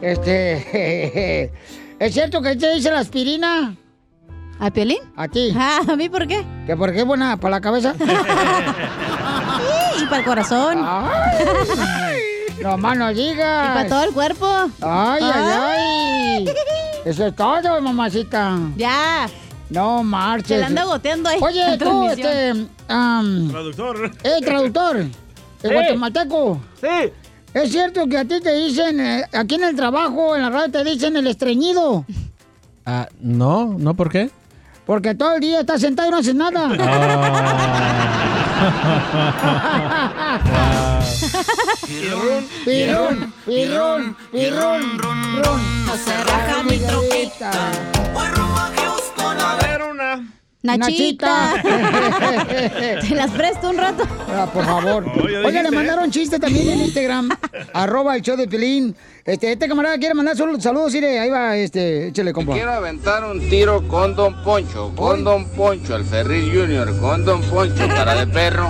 A: Este... ¿Es cierto que te dice la aspirina?
C: ¿A Piolín? Ah,
A: A ti.
C: ¿A mí por qué?
A: ¿Que por qué es buena? ¿Para la cabeza?
C: y para el corazón.
A: No más no digas.
C: Y para todo el cuerpo.
A: Ay, ay, ay. Eso es todo, mamacita.
C: Ya.
A: No marches.
C: Se la anda goteando ahí.
A: Oye,
C: la
A: tú,
C: transmisión.
A: este. am,
B: Traductor.
A: eh, traductor. El
B: Sí.
A: guatemalteco.
B: Sí.
A: Es cierto que a ti te dicen, eh, aquí en el trabajo, en la radio, te dicen el estreñido. Eh.
Q: Ah, no, no, ¿por qué?
A: Porque todo el día estás sentado y no haces nada.
D: Pirrón,
A: pirrón, pirrón, pirrón, pirrón.
D: No se raja mi troquita. Voy rumbo a Houston a ver una.
C: Nachita.
A: Nachita.
C: Te las presto un rato.
A: Ah, por favor.
C: ya
A: Oiga,
C: dijiste,
A: le
C: ¿eh?
A: mandaron chiste también en Instagram. arroba el show de Pilín. Este, este camarada quiere mandar solo saludos. Mire, ahí va, este, échale, compa.
R: Quiero aventar un tiro con Don Poncho, con Don Poncho, el Ferril Junior, con Don Poncho, cara de perro,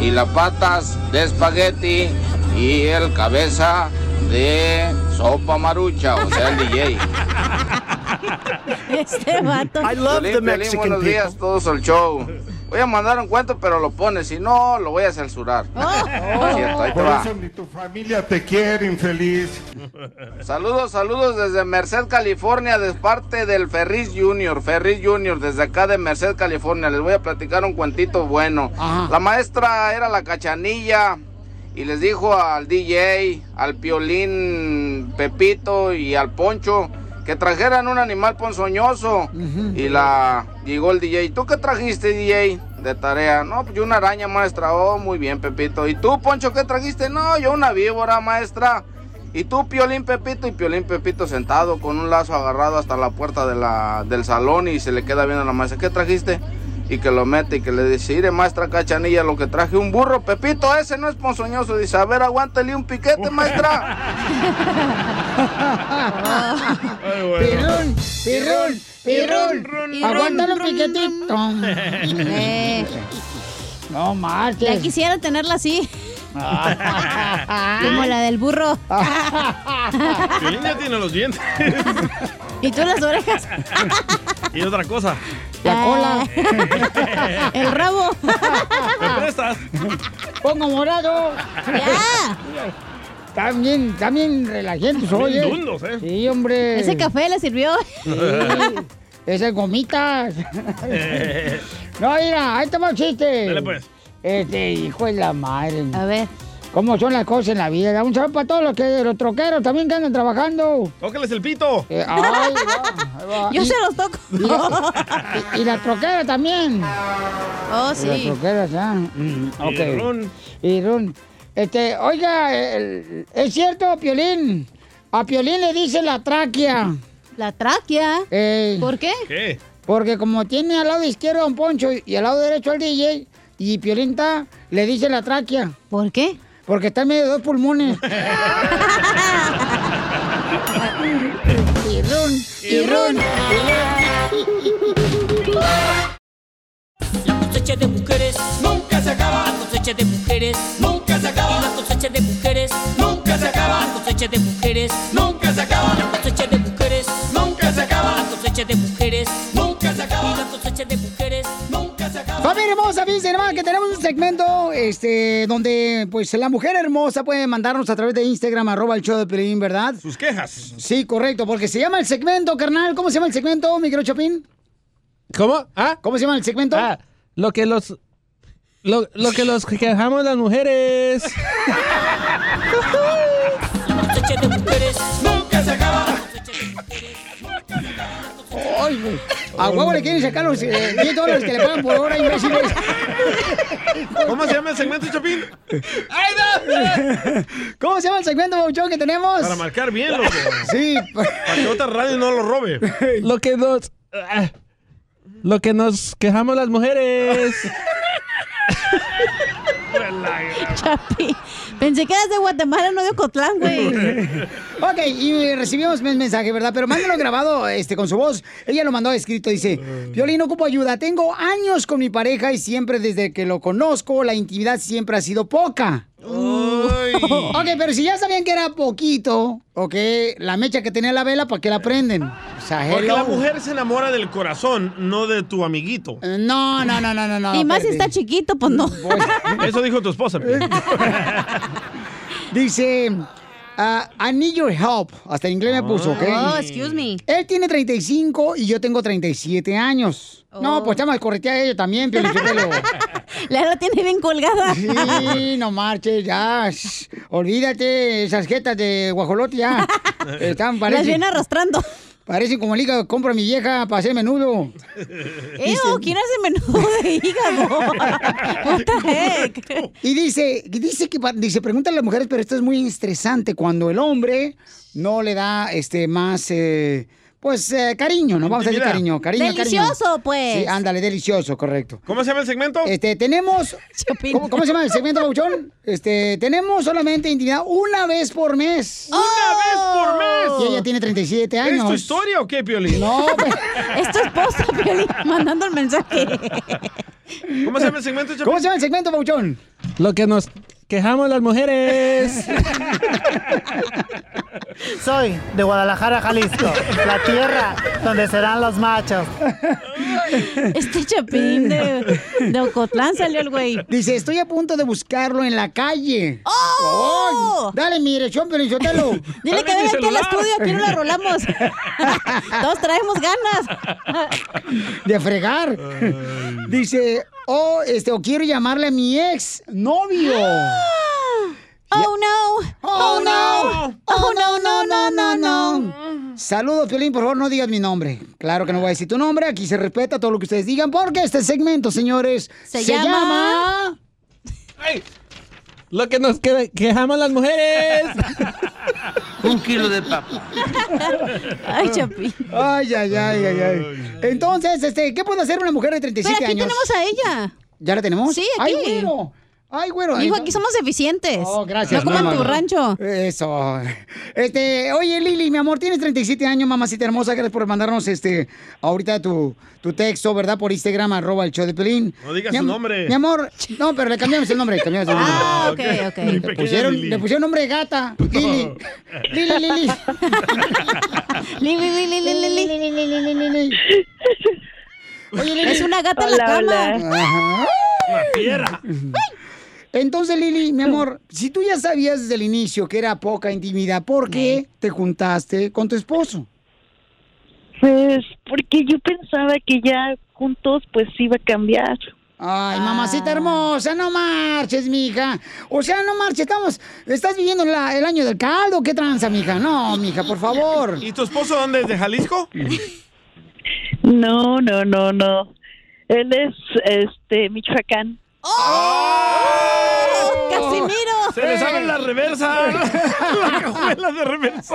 R: y las patas de espagueti y el cabeza de sopa marucha, o sea, el DJ.
C: Este vato.
R: Piolín, Piolín, buenos días, todos al show. Voy a mandar un cuento, pero lo pones, si no, lo voy a censurar.
C: Oh.
R: No es cierto, ahí te
O: Oh. Por
R: va.
O: eso ni tu familia te quiere, infeliz.
R: Saludos, saludos desde Merced, California, de parte del Ferris Junior. Ferris Junior, desde acá de Merced, California. Les voy a platicar un cuentito bueno. La maestra era la cachanilla y les dijo al DJ, al piolín Pepito y al Poncho que trajeran un animal ponzoñoso. Y la llegó el DJ. ¿Tú qué trajiste, DJ? De tarea. No, pues yo una araña, maestra. Oh, muy bien, Pepito. ¿Y tú, Poncho, qué trajiste? No, yo una víbora, maestra. Y tú, Piolín Pepito, y Piolín Pepito sentado con un lazo agarrado hasta la puerta de la- del salón y se le queda viendo a la maestra. ¿Qué trajiste? Y que lo mete y que le dice, "Mire, maestra Cachanilla, lo que traje un burro, Pepito, ese no es ponzoñoso. Dice, a ver, aguántale un piquete, maestra.
A: Pirrón, pirrón, pirrón.
C: pirrón,
A: Aguántalo
C: pirrón,
A: piquetito.
C: Eh, ya
A: No marches.
C: quisiera tenerla así. Como la del burro.
B: Piolín ya tiene los dientes.
C: y tú las orejas.
B: y otra cosa.
A: La cola.
C: El rabo.
B: ¿Me prestas?
A: Pongo morado.
C: Ya.
A: También, también relajantes
C: Están
A: hoy.
C: bien
A: ¿eh?
C: dundos, ¿eh?
A: Sí, hombre.
C: Ese café le sirvió.
A: Sí. Esas gomitas. No, mira, ahí te va un chiste.
D: Dale, pues.
A: Este, hijo de la madre.
C: A ver.
A: ¿Cómo son las cosas en la vida? Un saludo para todos los que los troqueros también que andan trabajando.
B: Tócales el pito.
A: Eh, ay, va, ahí va. Y-
C: toco.
A: Y, y- y las troqueras también.
C: Oh,
A: Y Las
C: sí.
A: troqueras, ah. Mm,
D: Y
A: ok.
D: ron.
A: Y ron. Este, oiga,
D: ¿Eh?
A: el- es cierto, Piolín. A Piolín le dice la tráquea.
C: ¿La tráquea? ¿Por qué?
B: ¿Qué?
A: Porque como tiene al lado izquierdo a un poncho y al lado derecho al DJ, y Piolín está, le dice la tráquea.
C: ¿Por qué?
A: Porque está en medio de dos pulmones. y ron, y ron.
S: cosecha de mujeres nunca se acaba. La cosecha de mujeres nunca se acaba. Y la cosecha de mujeres nunca se acaba. La cosecha de mujeres nunca se acaba. La cosecha de mujeres nunca se acaba. La cosecha de mujeres nunca se acaba. Y la cosecha de mujeres nunca se acaba.
A: Familia hermosa, fíjense hermano que tenemos un segmento este, donde pues la mujer hermosa puede mandarnos a través de Instagram, arroba el show de Pelín, ¿verdad?
B: Sus quejas.
A: Sí, correcto, porque se llama el segmento, carnal. ¿Cómo se llama el segmento, micro Chopin?
Q: ¿Cómo? ¿Ah?
A: ¿Cómo se llama el segmento?
Q: Ah, lo que los... Lo, lo que los quejamos las mujeres.
S: La cosecha de mujeres nunca se acaba.
A: Ay, güey. A huevo le quieren sacar los eh, 10 dólares que le pagan por hora, imbéciles.
B: ¿Cómo se llama el segmento, Chapín?
A: ¿Cómo se llama el segmento, Bauchón, que tenemos?
B: Para marcar bien, loco.
A: Sí.
B: Para que otra radio no lo robe.
Q: pues. lo que nos... ah, lo que nos quejamos las mujeres.
C: Chapi. Pensé que eras de Guatemala, no de Ocotlán, güey.
A: Ok, y eh, recibimos el mensaje, ¿verdad? Pero mándalo grabado este, con su voz. Ella lo mandó escrito, dice, Violín, ocupo ayuda. Tengo años con mi pareja y siempre desde que lo conozco, la intimidad siempre ha sido poca. Ok, pero si ya sabían que era poquito, ok, la mecha que tenía la vela, ¿para qué la prenden? O sea,
B: Porque la
A: hello.
B: mujer se enamora del corazón, no de tu amiguito.
A: Eh, No, no, no, no, no, no.
C: y más si está chiquito, pues no.
B: Eso dijo tu esposa. Piolín.
A: Eh, Dice, ah, I need your help. Hasta en inglés me puso, ¿ok?
C: Oh, excuse me.
A: Él tiene 35 y yo tengo 37 años. No, pues chama, corretea a ella también, pero
C: Oh. La lo tiene bien colgada.
A: Sí, no marches, ya. Shh. Olvídate esas jetas de guajolote ya. Están, parecen,
C: Las viene
A: arrastrando. Parecen como el hígado que compra mi vieja para hacer menudo.
C: Ew, ¿quién hace menudo de hígado? What the heck?
A: Y dice, dice que pa- dice, pregunta a las mujeres, pero esto es muy estresante cuando el hombre no le da este más eh, pues eh, cariño, no vamos a decir cariño,
B: Intimidad.
A: cariño, cariño.
B: Delicioso, pues.
A: Sí, ándale, delicioso, correcto.
B: ¿Cómo se llama el segmento?
A: Este, tenemos ¿Cómo, cómo se llama el segmento, Pauchón? Este, tenemos solamente intimidad una vez por mes. Una
B: vez por mes.
A: Y ella tiene 37 años.
B: ¿Es tu historia o qué, Piolín?
A: No, pero...
C: es tu esposa, Piolín, mandando el mensaje.
B: ¿Cómo se llama el segmento, Chapín?
A: ¿Cómo se llama el segmento, Pauchón?
Q: Lo que nos quejamos las mujeres.
E: Soy de Guadalajara, Jalisco, la tierra donde serán los machos.
C: Este chapín de, de Ocotlán salió el güey.
A: Dice, estoy a punto de buscarlo en la calle. ¡Oh! Dale mi dirección, Piolín Sotelo.
C: Dile que venga aquí al estudio, aquí no la rolamos. Todos traemos ganas.
A: de fregar. Dice, oh, este, o quiero llamarle a mi ex novio.
C: Oh no,
A: oh no, oh no, no, no, no, no. Saludos, Piolín, por favor, no digas mi nombre. Claro que no voy a decir tu nombre, aquí se respeta todo lo que ustedes digan, porque este segmento, señores,
C: Se llama-
Q: Lo que nos que- quejamos las mujeres.
F: Un kilo de papa.
C: Ay, Chapín.
A: Ay, ay, ay, ay, ay. Entonces, este, ¿qué puede hacer una mujer de 37
C: Pero aquí
A: años?
C: tenemos a ella.
A: ¿Ya la tenemos?
C: Sí,
A: Ay,
C: aquí.
A: güero. Ay, güero.
C: Hijo,
A: Ay, no.
C: aquí somos eficientes.
A: Oh,
C: No
A: gracias.
C: como en
A: mamá.
C: tu rancho.
A: Eso. Este, oye, Lili, mi amor, tienes 37 años, mamacita hermosa. Gracias por mandarnos este ahorita tu, tu texto, ¿verdad? Por Instagram, arroba el show de Pelín.
B: No digas
A: Mi
B: su
A: am-
B: nombre.
A: Mi amor, no, pero le cambiamos el nombre. le Cambiamos el nombre.
B: Ah, ok, ok. Muy
A: Le
B: pequeña
A: pusieron,
B: Lili.
A: le pusieron nombre de gata. Lili. Lili, Lili.
C: Lili, Lili, Lili, Lili.
A: Oye, Lili.
C: Es una gata en la
A: Hola,
C: cama.
A: Ajá.
B: Una fiera.
A: Entonces, Lili, mi amor, si tú ya sabías desde el inicio que era poca intimidad, ¿por qué te juntaste con tu esposo?
T: Pues porque yo pensaba que ya juntos pues iba a cambiar. Ah.
A: Ay, mamacita hermosa, no marches, mija. O sea, no marches, estamos, estás viviendo la- el año del caldo, qué tranza, mija. No, mija, por favor.
B: ¿Y tu esposo dónde es? ¿De Jalisco?
T: No, no, no, no. Él es este Michoacán.
C: Oh. ¡Casimiro!
B: ¡Oh! Se le sabe la reversa. La cajuela de reversa.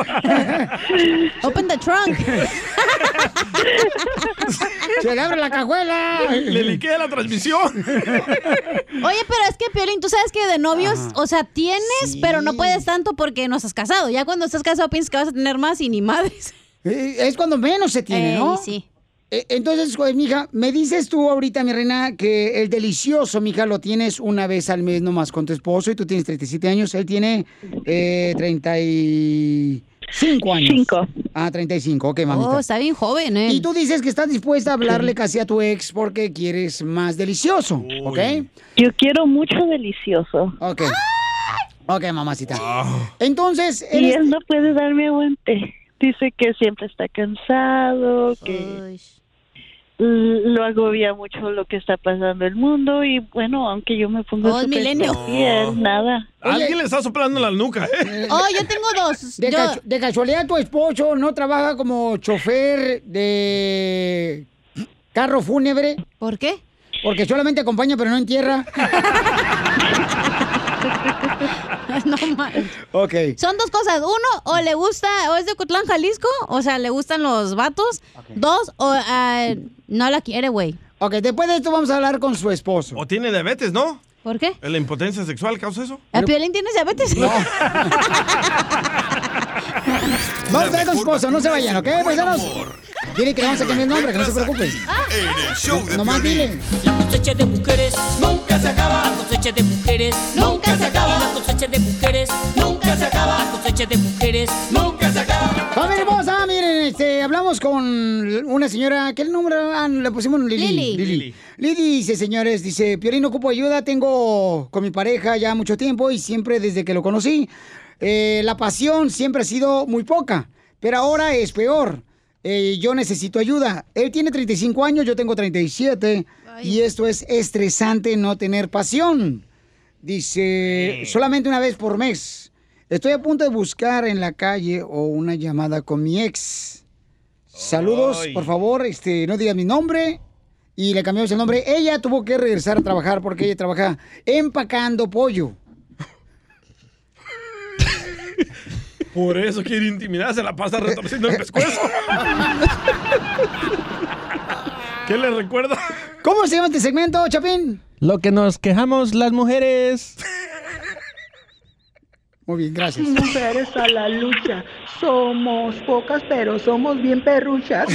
C: Open the trunk.
A: Se le abre la cajuela.
B: Le liqué la transmisión.
C: Oye, pero es que, Piolín, tú sabes que de novios, o sea, tienes, pero no puedes tanto porque no estás casado. Ya cuando estás casado piensas que vas a tener más y ni madres.
A: Eh, Es cuando menos se tiene,
C: Ey,
A: ¿no?
C: sí.
A: Eh, Entonces, pues, mija, me dices tú ahorita, mi reina, que el delicioso, mija, lo tienes una vez al mes nomás con tu esposo y tú tienes 37 años, él tiene eh, 35 años. 5. Ah, 35, ok, mamita.
C: Oh, está bien joven, ¿eh?
A: Y tú dices que estás dispuesta a hablarle casi a tu ex porque quieres más delicioso, ¿ok?
T: Yo quiero mucho delicioso.
A: Ok. Ok, mamacita. Entonces,
T: Y
A: eres-
T: él no puede darme aguante. Dice que siempre está cansado, que l- lo agobia mucho lo que está pasando en el mundo y bueno, aunque yo me pongo
C: Oh, es
T: súper
C: milenio.
T: fiel, nada.
B: Alguien le está soplando la nuca, ¿eh?
C: Oh, yo tengo dos.
A: De,
C: Yo-
A: casu- de casualidad tu esposo no trabaja como chofer de carro fúnebre.
C: ¿Por qué?
A: Porque solamente acompaña pero no entierra.
C: no manches.
A: Ok.
C: Son dos cosas. Uno, o le gusta, o es de Cutlán, Jalisco, o sea, le gustan los vatos. Dos, o ah, no la quiere, güey.
A: Ok, después de esto vamos a hablar con su esposo.
B: O tiene diabetes, ¿no?
C: ¿Por qué?
B: ¿La impotencia sexual causa eso?
C: ¿A Piolín tienes diabetes?
A: Vamos a ver con su esposo, no se vayan, ¿ok, paisanos? Tiene que le vamos a cambiar el nombre, que no se preocupen.
G: En el show de
A: Nomás
G: Piolín.
A: dile.
S: La cosecha de mujeres nunca se acaba. La cosecha de mujeres nunca se acaba. La cosecha de mujeres nunca se acaba. La cosecha de mujeres nunca se acaba.
A: ¡Familia hermosa! Miren, este, hablamos con una señora, ¿qué nombre ah, le pusimos? Lili.
C: Lili.
A: Lili. Lili dice, señores, dice, Piolín, ocupo ayuda, tengo con mi pareja ya mucho tiempo y siempre desde que lo conocí, eh, la pasión siempre ha sido muy poca, pero ahora es peor. Eh, yo necesito ayuda. Él tiene 35 años, yo tengo 37 y esto es estresante no tener pasión. Dice, solamente una vez por mes. Estoy a punto de buscar en la calle o una llamada con mi ex. Saludos, por favor, este, no digas mi nombre. Y le cambiamos el nombre. Ella tuvo que regresar a trabajar porque ella trabaja empacando pollo.
B: Por eso quiere intimidar, se la pasa retorciendo el pescuezo. ¿Qué le recuerda?
A: ¿Cómo se llama este segmento, Chapín?
Q: Lo que nos quejamos las mujeres.
A: Muy bien, gracias.
U: Mujeres a la lucha. Somos pocas, pero somos bien perruchas.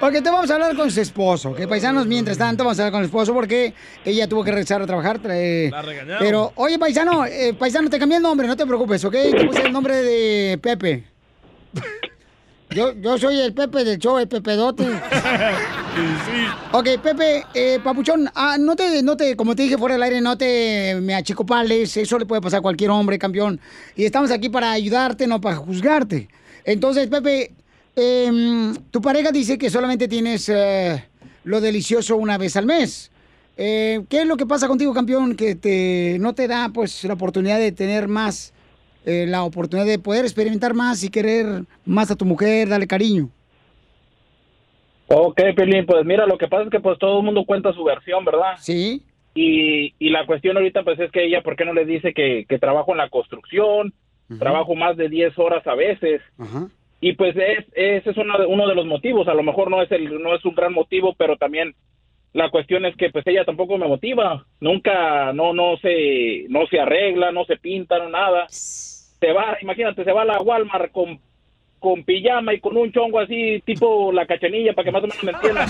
A: Ok, te vamos a hablar con su esposo. Que paisanos, mientras tanto, vamos a hablar con el esposo porque ella tuvo que regresar a trabajar. eh,
B: La regañaron.
A: pero, oye, paisano, eh, paisano, te cambié el nombre, no te preocupes, ¿ok? Te puse el nombre de Pepe. Yo, yo soy el Pepe del show, el Pepedote. Ok, Pepe, eh, papuchón, ah, no te, no te, como te dije fuera del aire, no te me achicopales, eso le puede pasar a cualquier hombre, campeón. Y estamos aquí para ayudarte, no para juzgarte. Entonces, Pepe, em, tu pareja dice que solamente tienes eh, lo delicioso una vez al mes. Eh, ¿Qué es lo que pasa contigo, campeón, que te, no te da pues la oportunidad de tener más, eh, la oportunidad de poder experimentar más y querer más a tu mujer, darle cariño?
J: Ok, Pelín, pues mira, lo que pasa es que pues todo el mundo cuenta su versión, ¿verdad?
A: Sí.
J: Y, y la cuestión ahorita pues es que ella, ¿por qué no le dice que, que trabajo en la construcción? Trabajo más de 10 horas a veces. Y pues es, ese es uno de, uno de los motivos, a lo mejor no es, el, no es un gran motivo, pero también la cuestión es que pues ella tampoco me motiva, nunca, no, no se, no se arregla, no se pinta, no nada. Se va, imagínate, se va a la Walmart con con pijama y con un chongo así, tipo la cachanilla, para que más o menos me entiendan.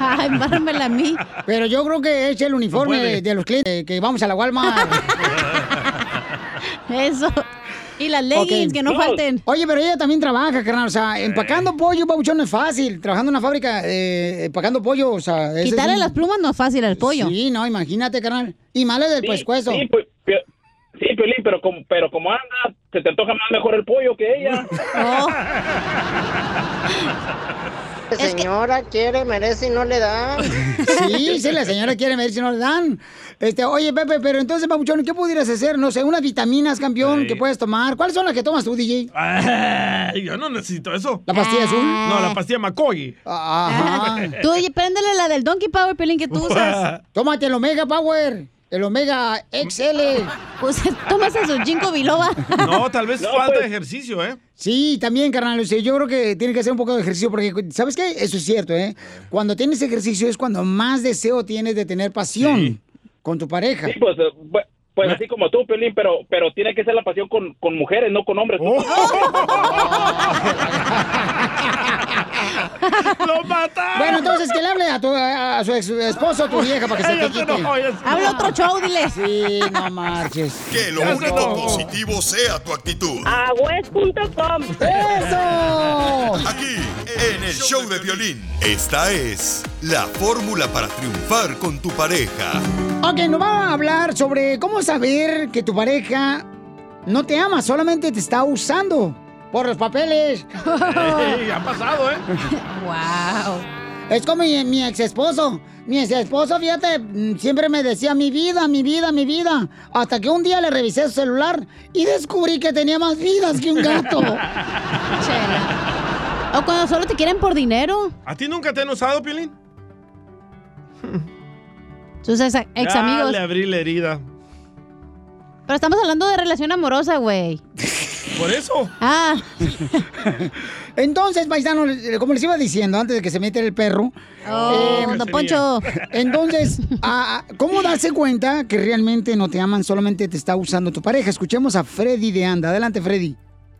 A: Ay, mármela a mí. Pero yo creo que es el uniforme de, de los clientes eh, que vamos a la Walmart. Eso. Y las
C: leggings, que no falten.
A: Oye, pero ella también trabaja, carnal. O sea, empacando pollo, babuchón, no es fácil. Trabajando en una fábrica, eh, empacando pollo, o sea... ese es
C: Quitarle
A: un-
C: las plumas no es fácil al pollo.
A: Sí, no, imagínate, carnal. Y males del
J: Sí,
A: pescuezo.
J: Sí, pues, Pio- sí, Piolín, pero como, pero como anda, se te antoja más mejor el pollo que ella.
V: Señora quiere, merece y no le da.
A: Sí, sí, la señora quiere ver si no le dan. Este, oye, Pepe, pero entonces, Papuchón, ¿qué pudieras hacer? No sé, unas vitaminas, campeón, que puedes tomar. ¿Cuáles son las que tomas tú, DJ?
B: Ay, yo no necesito eso.
A: ¿La pastilla azul? Ah.
B: No, la pastilla McCoy.
A: Ajá.
C: Tú oye, préndele la del Donkey Power, Pelín, que tú usas.
A: Tómate el Omega Power, el Omega XL.
C: Pues tomas su Ginkgo Biloba.
B: No, tal vez falta
A: pues.
B: ejercicio, ¿eh?
A: Sí, también, carnal. o sea, yo creo que tiene que hacer un poco de ejercicio porque, ¿sabes qué? Eso es cierto, ¿eh? Cuando tienes ejercicio es cuando más deseo tienes de tener pasión con tu pareja.
J: Sí, pues, eh, bu- pues así como tú, Piolín, pero, pero tiene que ser la pasión con, con mujeres, no con hombres.
B: ¡Lo mataron!
A: Bueno, entonces que le hable a, tu- a- a su ex- esposo, a tu vieja, para que se
B: Ella
A: te
B: se
A: quite.
B: enojó, ella se enojó.
A: Habla otro show, dile. Sí, no marches.
G: Que lo
A: Asco.
G: único positivo sea tu actitud.
A: Agüez.com. ¡Eso!
G: Aquí, en el show de violín. Esta es la fórmula para triunfar con tu pareja.
A: Ok, nos vamos a hablar sobre cómo saber que tu pareja no te ama, solamente te está usando por los papeles.
B: Ey, ha pasado, ¿eh?
A: wow. Es como mi, mi ex esposo. Mi ex esposo, fíjate, mm, siempre me decía mi vida, mi vida, mi vida. Hasta que un día le revisé su celular y descubrí que tenía más vidas que un gato.
C: O cuando solo te quieren por dinero.
B: ¿A ti nunca te han usado, Piolín?
C: Sus ex, ex
B: Ya
C: amigos.
B: le abrí la herida.
C: Pero estamos hablando de relación amorosa, güey.
B: Por eso.
C: Ah.
A: Entonces, paisano, como les iba diciendo antes de que se metiera el perro. eh,
C: Oh, don Cacería. Poncho.
A: Entonces, ah, ah, ¿cómo darse cuenta que realmente no te aman, solamente te está usando tu pareja? Escuchemos a Freddy de Anda. Adelante, Freddy.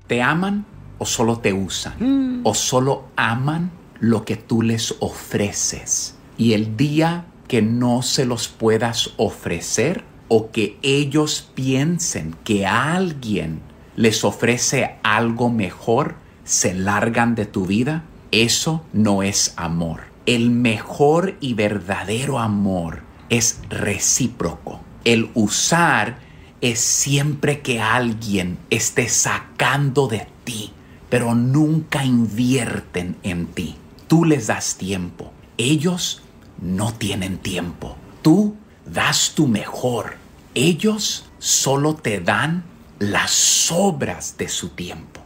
H: ¿Te aman o solo te usan?
A: Mm.
H: ¿O solo aman lo que tú les ofreces? Y el día que no se los puedas ofrecer o que ellos piensen que alguien les ofrece algo mejor, se largan de tu vida, eso no es amor. El mejor y verdadero amor es recíproco. El usar es siempre que alguien esté sacando de ti, pero nunca invierten en ti. Tú les das tiempo, ellos no tienen tiempo. Tú das tu mejor, ellos solo te dan las obras de su tiempo.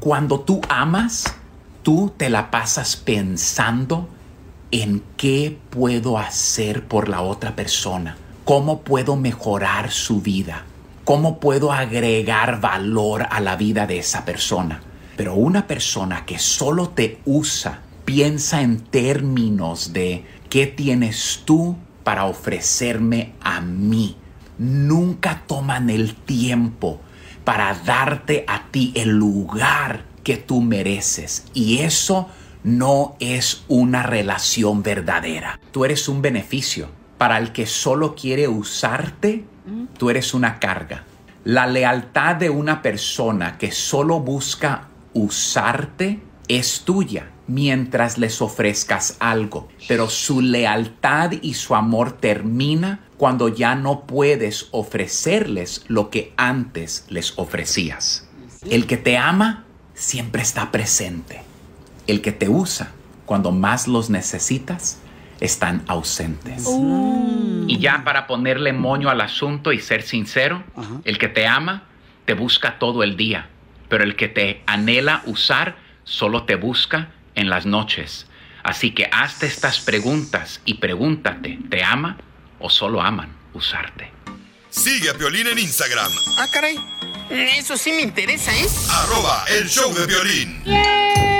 H: Cuando tú amas, tú te la pasas pensando en qué puedo hacer por la otra persona, cómo puedo mejorar su vida, cómo puedo agregar valor a la vida de esa persona. Pero una persona que solo te usa piensa en términos de qué tienes tú para ofrecerme a mí. Nunca toman el tiempo para darte a ti el lugar que tú mereces. Y eso no es una relación verdadera. Tú eres un beneficio. Para el que solo quiere usarte, tú eres una carga. La lealtad de una persona que solo busca usarte es tuya mientras les ofrezcas algo. Pero su lealtad y su amor termina cuando ya no puedes ofrecerles lo que antes les ofrecías. El que te ama siempre está presente. El que te usa cuando más los necesitas están ausentes.
B: Mm.
H: Y ya para ponerle moño al asunto y ser sincero, el que te ama te busca todo el día, pero el que te anhela usar solo te busca en las noches. Así que hazte estas preguntas y pregúntate, ¿te ama o solo aman usarte?
G: Sigue a Piolín en Instagram,
V: Ah, caray. Eso sí me interesa, ¿eh?
G: arroba el show de violín.
B: ¿eh?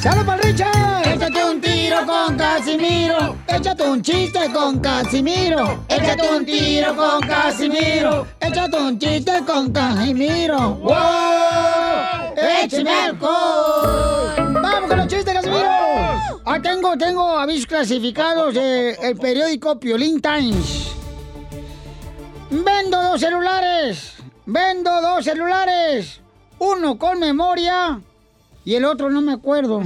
A: ¡Salud para Richard! Échate un tiro con Casimiro. Échate un chiste con Casimiro. Échate un tiro con Casimiro. Échate un chiste con Casimiro. ¡Wow! ¡Échame alcohol! ¡Vamos con los chistes, Casimiro! Ah, tengo, tengo avisos clasificados del el periódico Piolín Times. Vendo dos celulares. Vendo dos celulares. Uno con memoria y el otro no me acuerdo.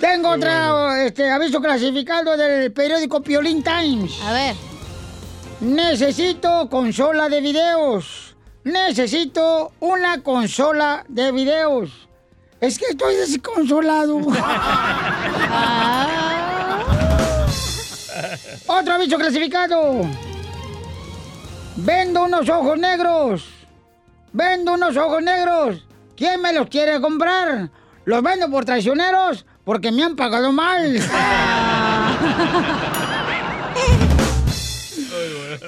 A: Tengo otro este, aviso clasificado del periódico Piolín Times. A ver. Necesito consola de videos. Necesito una consola de videos. Es que estoy desconsolado. Otro aviso clasificado. Vendo unos ojos negros. Vendo unos ojos negros. ¿Quién me los quiere comprar? Los vendo por traicioneros porque me han pagado mal.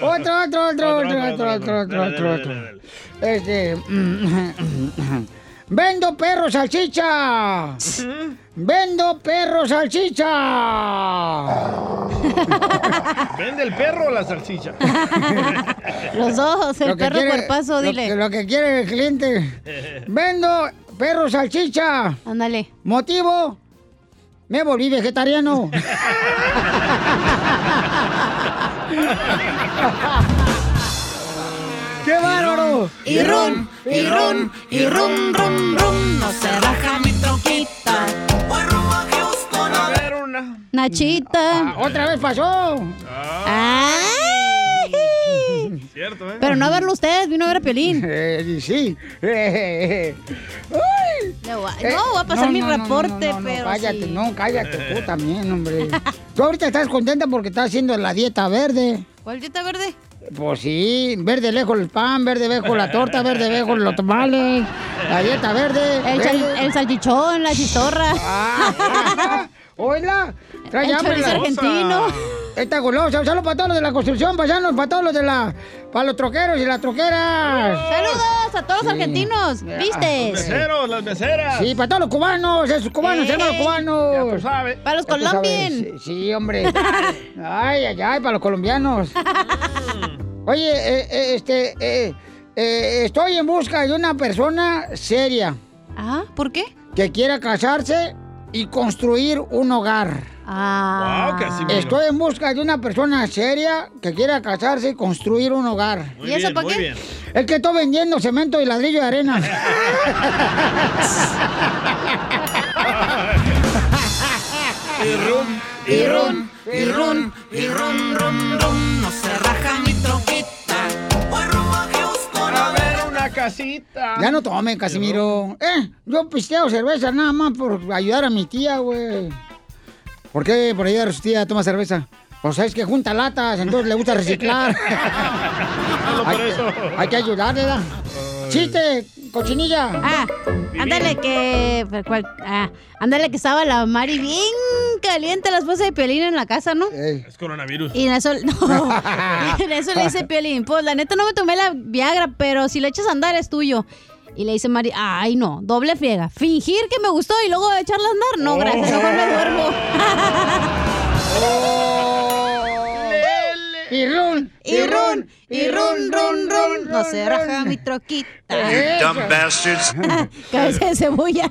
A: otro, otro, otro, otro, otro, otro, otro, otro, otro. Este. Vendo perro salchicha. Vendo perro salchicha.
B: ¿Vende el perro o la salchicha?
C: Los dos, el
A: Lo que
C: perro
A: quiere-
C: cuerpazo,
A: lo
C: dile.
A: que- Lo, que quiere el cliente. Vendo perro salchicha.
C: Ándale.
A: Motivo. Me volví vegetariano. ¡Qué bárbaro!
D: Y rum, y rum, y rum, rum, rum. No se raja mi troquita. Voy rumbo a Houston a ver una.
C: Nachita. Ah.
A: otra vez pasó.
C: Ay.
B: Cierto, ¿eh?
C: Pero no a verlo ustedes, vino a ver a Piolín.
A: Eh, sí.
C: No, va- no, voy a pasar
A: Eh, No,
C: mi
A: no, no, no,
C: reporte,
A: no, no,
C: pero.
A: Cállate,
C: sí.
A: no, cállate tú también, hombre. Tú ahorita estás contenta porque estás haciendo la dieta verde.
C: ¿Cuál dieta verde?
A: Pues sí, verde lejos el pan, verde lejos la torta, verde lejos los tamales, la dieta verde.
C: El, sal-
A: verde.
C: el salchichón, la chistorra.
A: Hola, trae
C: El
A: hambre
C: chorizo
A: la-
C: argentino.
A: Está golosa. Saludos para todos los de la construcción, paisanos, para todos los de la. para los troqueros y las troqueras.
C: Saludos a todos
A: Sí.
C: argentinos.
A: Ya.
C: ¿Viste?
A: Los meseros,
B: las meseras.
A: Sí, para todos los cubanos, esos cubanos,
C: Ey.
A: hermanos cubanos.
C: Ya tú sabes. Para los
A: Ya tú sabes,
C: colombian.
A: Sí, sí, hombre. Ay, ay, ay, para los colombianos.
C: Mm.
A: Oye, eh, eh, este, eh, eh, estoy en busca de una persona seria.
C: Ah, ¿por qué?
A: Que quiera casarse y construir un hogar.
C: Ah. Guau, Casimiro.
A: Estoy en busca de una persona seria que quiera casarse y construir un hogar.
C: Muy ¿Y eso bien, pa' muy qué? bien.
A: Es que estoy vendiendo cemento y ladrillo de arena.
D: Y rum, y rum, y rum, y rum, rum, rum, no se raja mi troquita. Voy rumbo a Houston a ver
B: una casita.
A: Ya no tomen, Casimiro. Eh, yo pisteo cerveza nada más por ayudar a mi tía, güey. ¿Por qué por ayudar a su tía toma cerveza? Pues sabes que junta latas, entonces le gusta reciclar. hay, que- hay que ayudarle, ¿verdad? ¡Chiste, cochinilla!
C: Ah, ándale que... cual- ah, ándale que estaba la Mari bien caliente, la esposa de Piolín en la casa, ¿no?
B: Es coronavirus.
C: Y en eso, no, en eso le dice Piolín, pues la neta no me tomé la Viagra, pero si lo echas a andar es tuyo. Y le dice Mari, ay no, doble friega, fingir que me gustó y luego echarla a andar, no, gracias, mejor me duermo.
A: Y run,
D: y run,
C: y run, run, run, no se raja mi troquita.
D: You dumb bastards.
C: Cabeza de cebolla.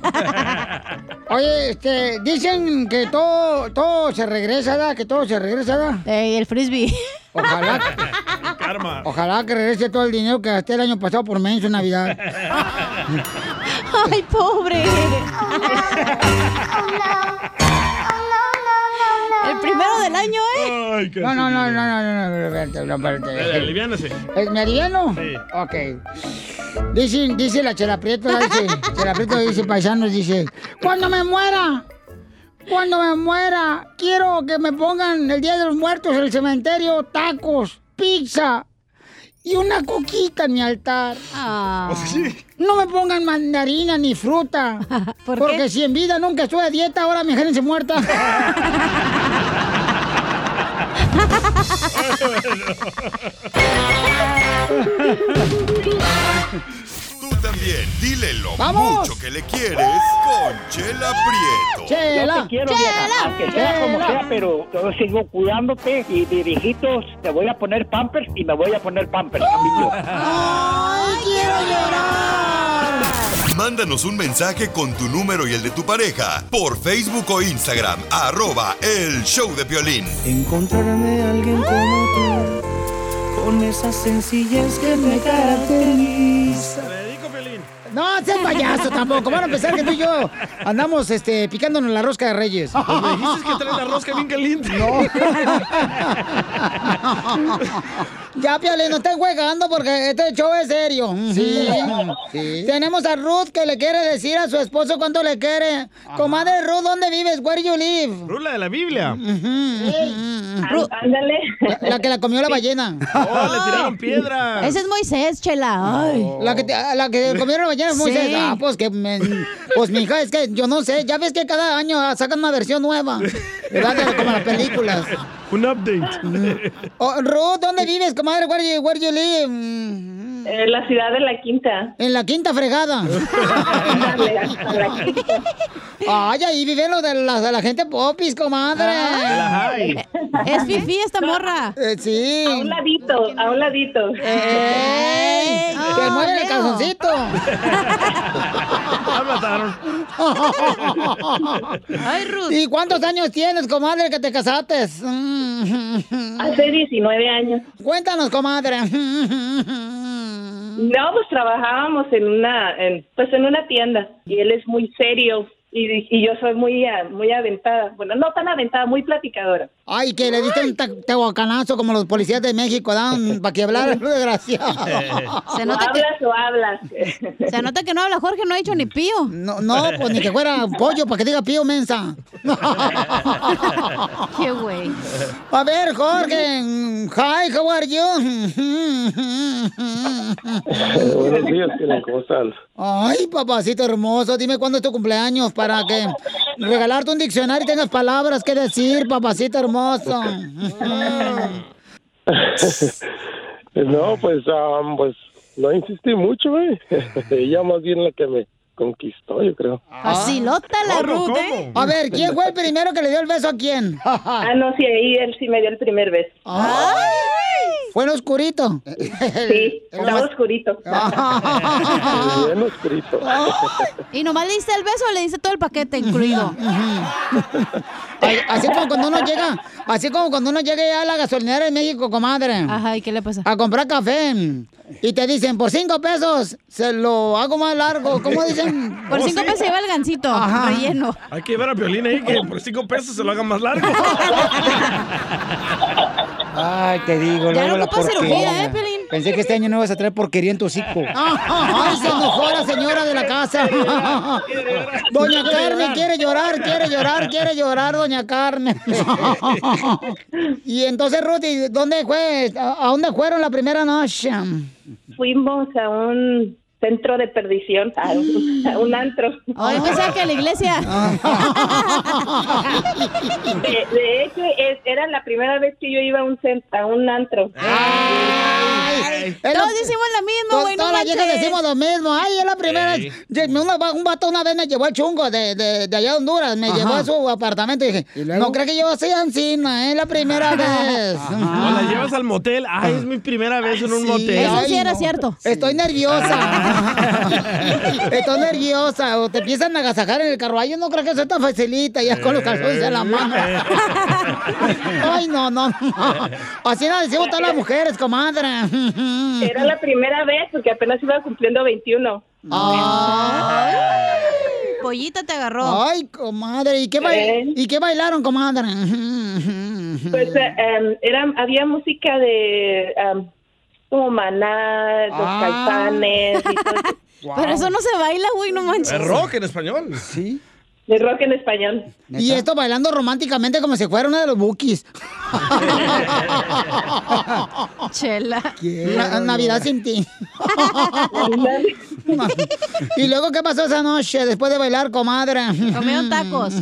A: Oye, este, dicen que todo, todo se regresa, ¿da? Que todo se regresa, ¿da?
C: Eh, el frisbee.
A: Ojalá,
B: Karma.
A: ojalá que regrese todo el dinero que gasté el año pasado por menso en Navidad.
C: Ay, pobre. El primero del año,
B: ¿eh? Ay,
A: No, no, no, no, no, no, no, espérate, no, espérate.
B: Dale, aliviánese.
A: ¿Es mi aliviano?
B: Sí.
A: Ok. Dice, dice la Chela Prieto, la dice, Chela Prieto dice, paisanos, dice, cuando me muera, cuando me muera, quiero que me pongan el Día de los Muertos en el cementerio, tacos, pizza y una coquita en mi altar.
C: Ah.
A: No me pongan mandarina ni fruta,
C: ¿Por qué?
A: porque si en vida nunca estuve a dieta, ahora mi gerencia muerta.
G: Tú también, dile lo
A: ¡Vamos!
G: mucho que le quieres con Chela Prieto.
K: Yo te quiero, vieja, aunque sea como sea, pero yo sigo cuidándote y de viejitos te voy a poner pampers y me voy a poner pampers
C: ¡Oh!
K: también yo.
A: ¡Ay, quiero llorar!
G: Mándanos un mensaje con tu número y el de tu pareja por Facebook o Instagram, arroba el show de Piolín.
D: Encontrarme a alguien como tú, con esa sencillez que me caracteriza.
A: No, seas payaso tampoco. Van a pensar que tú y yo andamos este, picándonos la rosca de Reyes.
D: Pues me dijiste que traes la rosca bien
B: caliente.
A: No. ya, Piolín, no estén juegando porque este show es serio.
D: Sí.
A: Sí. Tenemos a Ruth que le quiere decir a su esposo cuánto le quiere. Comadre Ruth, ¿dónde vives? Where you live?
B: Rula de la Biblia.
A: Ruth. Ándale. La, la que la comió la ballena.
B: Oh, le tiraron piedra.
C: Ese es Moisés, chela. Ay.
A: La que, te- a la que Eh, comieron la ballena es Moisés.
C: Sí.
A: Ah, pues que me- pues mija, es que yo no sé, ya ves que cada año sacan una versión nueva. ¿Verdad? De- Como las películas.
B: Un update.
A: Oh, Ruth, ¿dónde vives, comadre? Where you, where you live? En la ciudad de La Quinta. En la Quinta fregada. Ay, ahí viven los de la, de la gente popis, comadre.
D: Ah, de la
A: es fifí esta morra. Eh, sí. A un ladito, a un ladito. ¡Ey! ¡Te
D: Ah,
A: mueve el
D: Leo.
A: calzoncito!
D: Ay,
A: Ruth. ¿Y cuántos años tienes, comadre, que te casaste? Hace 19 años. Cuéntanos, comadre.
C: Ah.
K: No, pues trabajábamos en una, en, pues en una tienda y él es muy serio y, y yo soy muy, ah, muy aventada. Bueno, no tan aventada, muy platicadora.
C: Ah.
A: Ay, que le diste un ta- tehuacanazo como los policías de México dan para que hablar, desgraciado.
C: Se nota
K: o
C: que-
K: hablas o hablas.
C: Se anota que no habla Jorge, no ha dicho ni pío.
A: No, No, pues ni que fuera pollo para que diga pío mensa.
C: Qué güey.
A: A ver, Jorge. Hi, how are you?
L: Buenos días, Piolín, ¿cómo están?
A: Ay, papacito hermoso, dime cuándo es tu cumpleaños para que regalarte un diccionario y tengas palabras que decir, papacito hermoso.
I: no, pues, ah, pues no insistí mucho, güey. Ella más bien la que me conquistó, yo creo.
A: ¿Ah,
C: Ah.
A: Facilota la ruta. A ver, ¿quién fue el primero que le dio el beso a quién?
K: Ah, no, sí, ahí él sí me dio el primer beso.
C: Ah.
A: Fue en oscurito.
K: Sí, estaba oscurito.
I: Bien oscurito.
C: Y nomás le diste el beso, le diste todo el paquete incluido.
A: Ay, Así como cuando uno llega, así como cuando uno llega ya a la gasolinera en México, comadre.
C: Ajá, ¿y qué le pasa?
A: A comprar café. Y te dicen, por cinco pesos, se lo hago más largo. ¿Cómo dicen?
C: Por cinco pesos lleva el gancito
A: Ajá.
C: relleno.
B: Hay que llevar a Piolín ahí que por cinco pesos se lo hagan más largo.
A: Ay, te digo,
B: Ya
A: luego
B: no
A: la
B: ocupas
A: porquería.
B: cirugía, ¿eh, Piolín?
A: Pensé que este año no ibas a traer porquería en tu hocico.
D: Ay, se enojó la señora de la casa.
A: Doña Carmen quiere llorar, quiere llorar, quiere llorar, doña Carmen. y entonces, Ruti, ¿dónde fue? ¿A a dónde fueron la primera noche?
K: Fuimos a un centro de perdición, a un, a un antro.
C: Ay, pensaba que a la iglesia.
K: De, de hecho, es- era la primera vez que yo iba a un, cen- a un antro.
A: Es
C: Todos
A: lo-
C: decimos lo mismo,
A: Todas-
C: güey.
A: Todas
C: no
A: las viejas
C: manches.
A: decimos lo mismo. Ay, es la primera
C: Ey.
A: vez. Yo- una va- un vato una vez me llevó al chungo de, de, de allá de Honduras. Me
D: Ajá.
A: llevó a su apartamento y dije, no creo que yo sea encima, es la primera vez.
B: O la llevas al motel. Ay, es mi primera vez en un motel.
A: cierto. Estoy nerviosa. Estoy nerviosa. O te empiezan a agasajar en el carro. Ay, yo no creo que sea tan facilita. Ya con los calzones en la mano. Ay, no, no. no. Así nos decimos todas las mujeres, comadre.
K: Era la primera vez porque apenas iba cumpliendo 21.
C: Pollita te agarró.
A: Ay, comadre. ¿Y qué, bail-
K: Eh.
A: ¿y qué bailaron, comadre?
K: Pues eh, em, era, había música de em, como Maná, Los
B: Ah.
K: Caifanes. y todo eso.
C: Pero eso no se baila, güey, no manches.
B: Es rock en español.
A: Sí.
K: De rock en español.
A: Y esto bailando románticamente como si fuera una de los bookies.
C: Chela.
A: Na- Navidad sin ti. ¿Y luego qué pasó esa noche después de bailar, comadre?
C: Comieron tacos.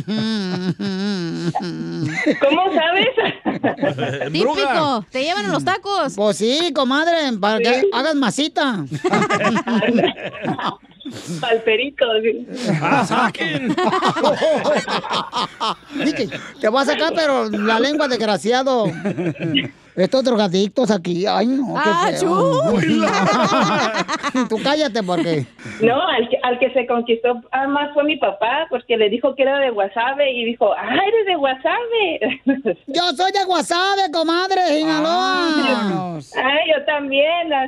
K: ¿Cómo sabes?
C: Típico. Te llevan a los tacos.
A: Pues sí, comadre, para que hagas masita.
K: Palperito.
I: Ah,
A: Ah, Dije, te voy a sacar, pero la lengua, desgraciado. Estos drogadictos aquí, ay no, qué
D: Ah,
A: feo. Tú cállate porque...
K: No, al que, al que se conquistó ah, más fue mi papá porque le dijo que era de Guasave y dijo, ah, eres de Guasave.
A: Yo soy de Guasave, comadre, de Sinaloa.
K: Ay, yo también. ah,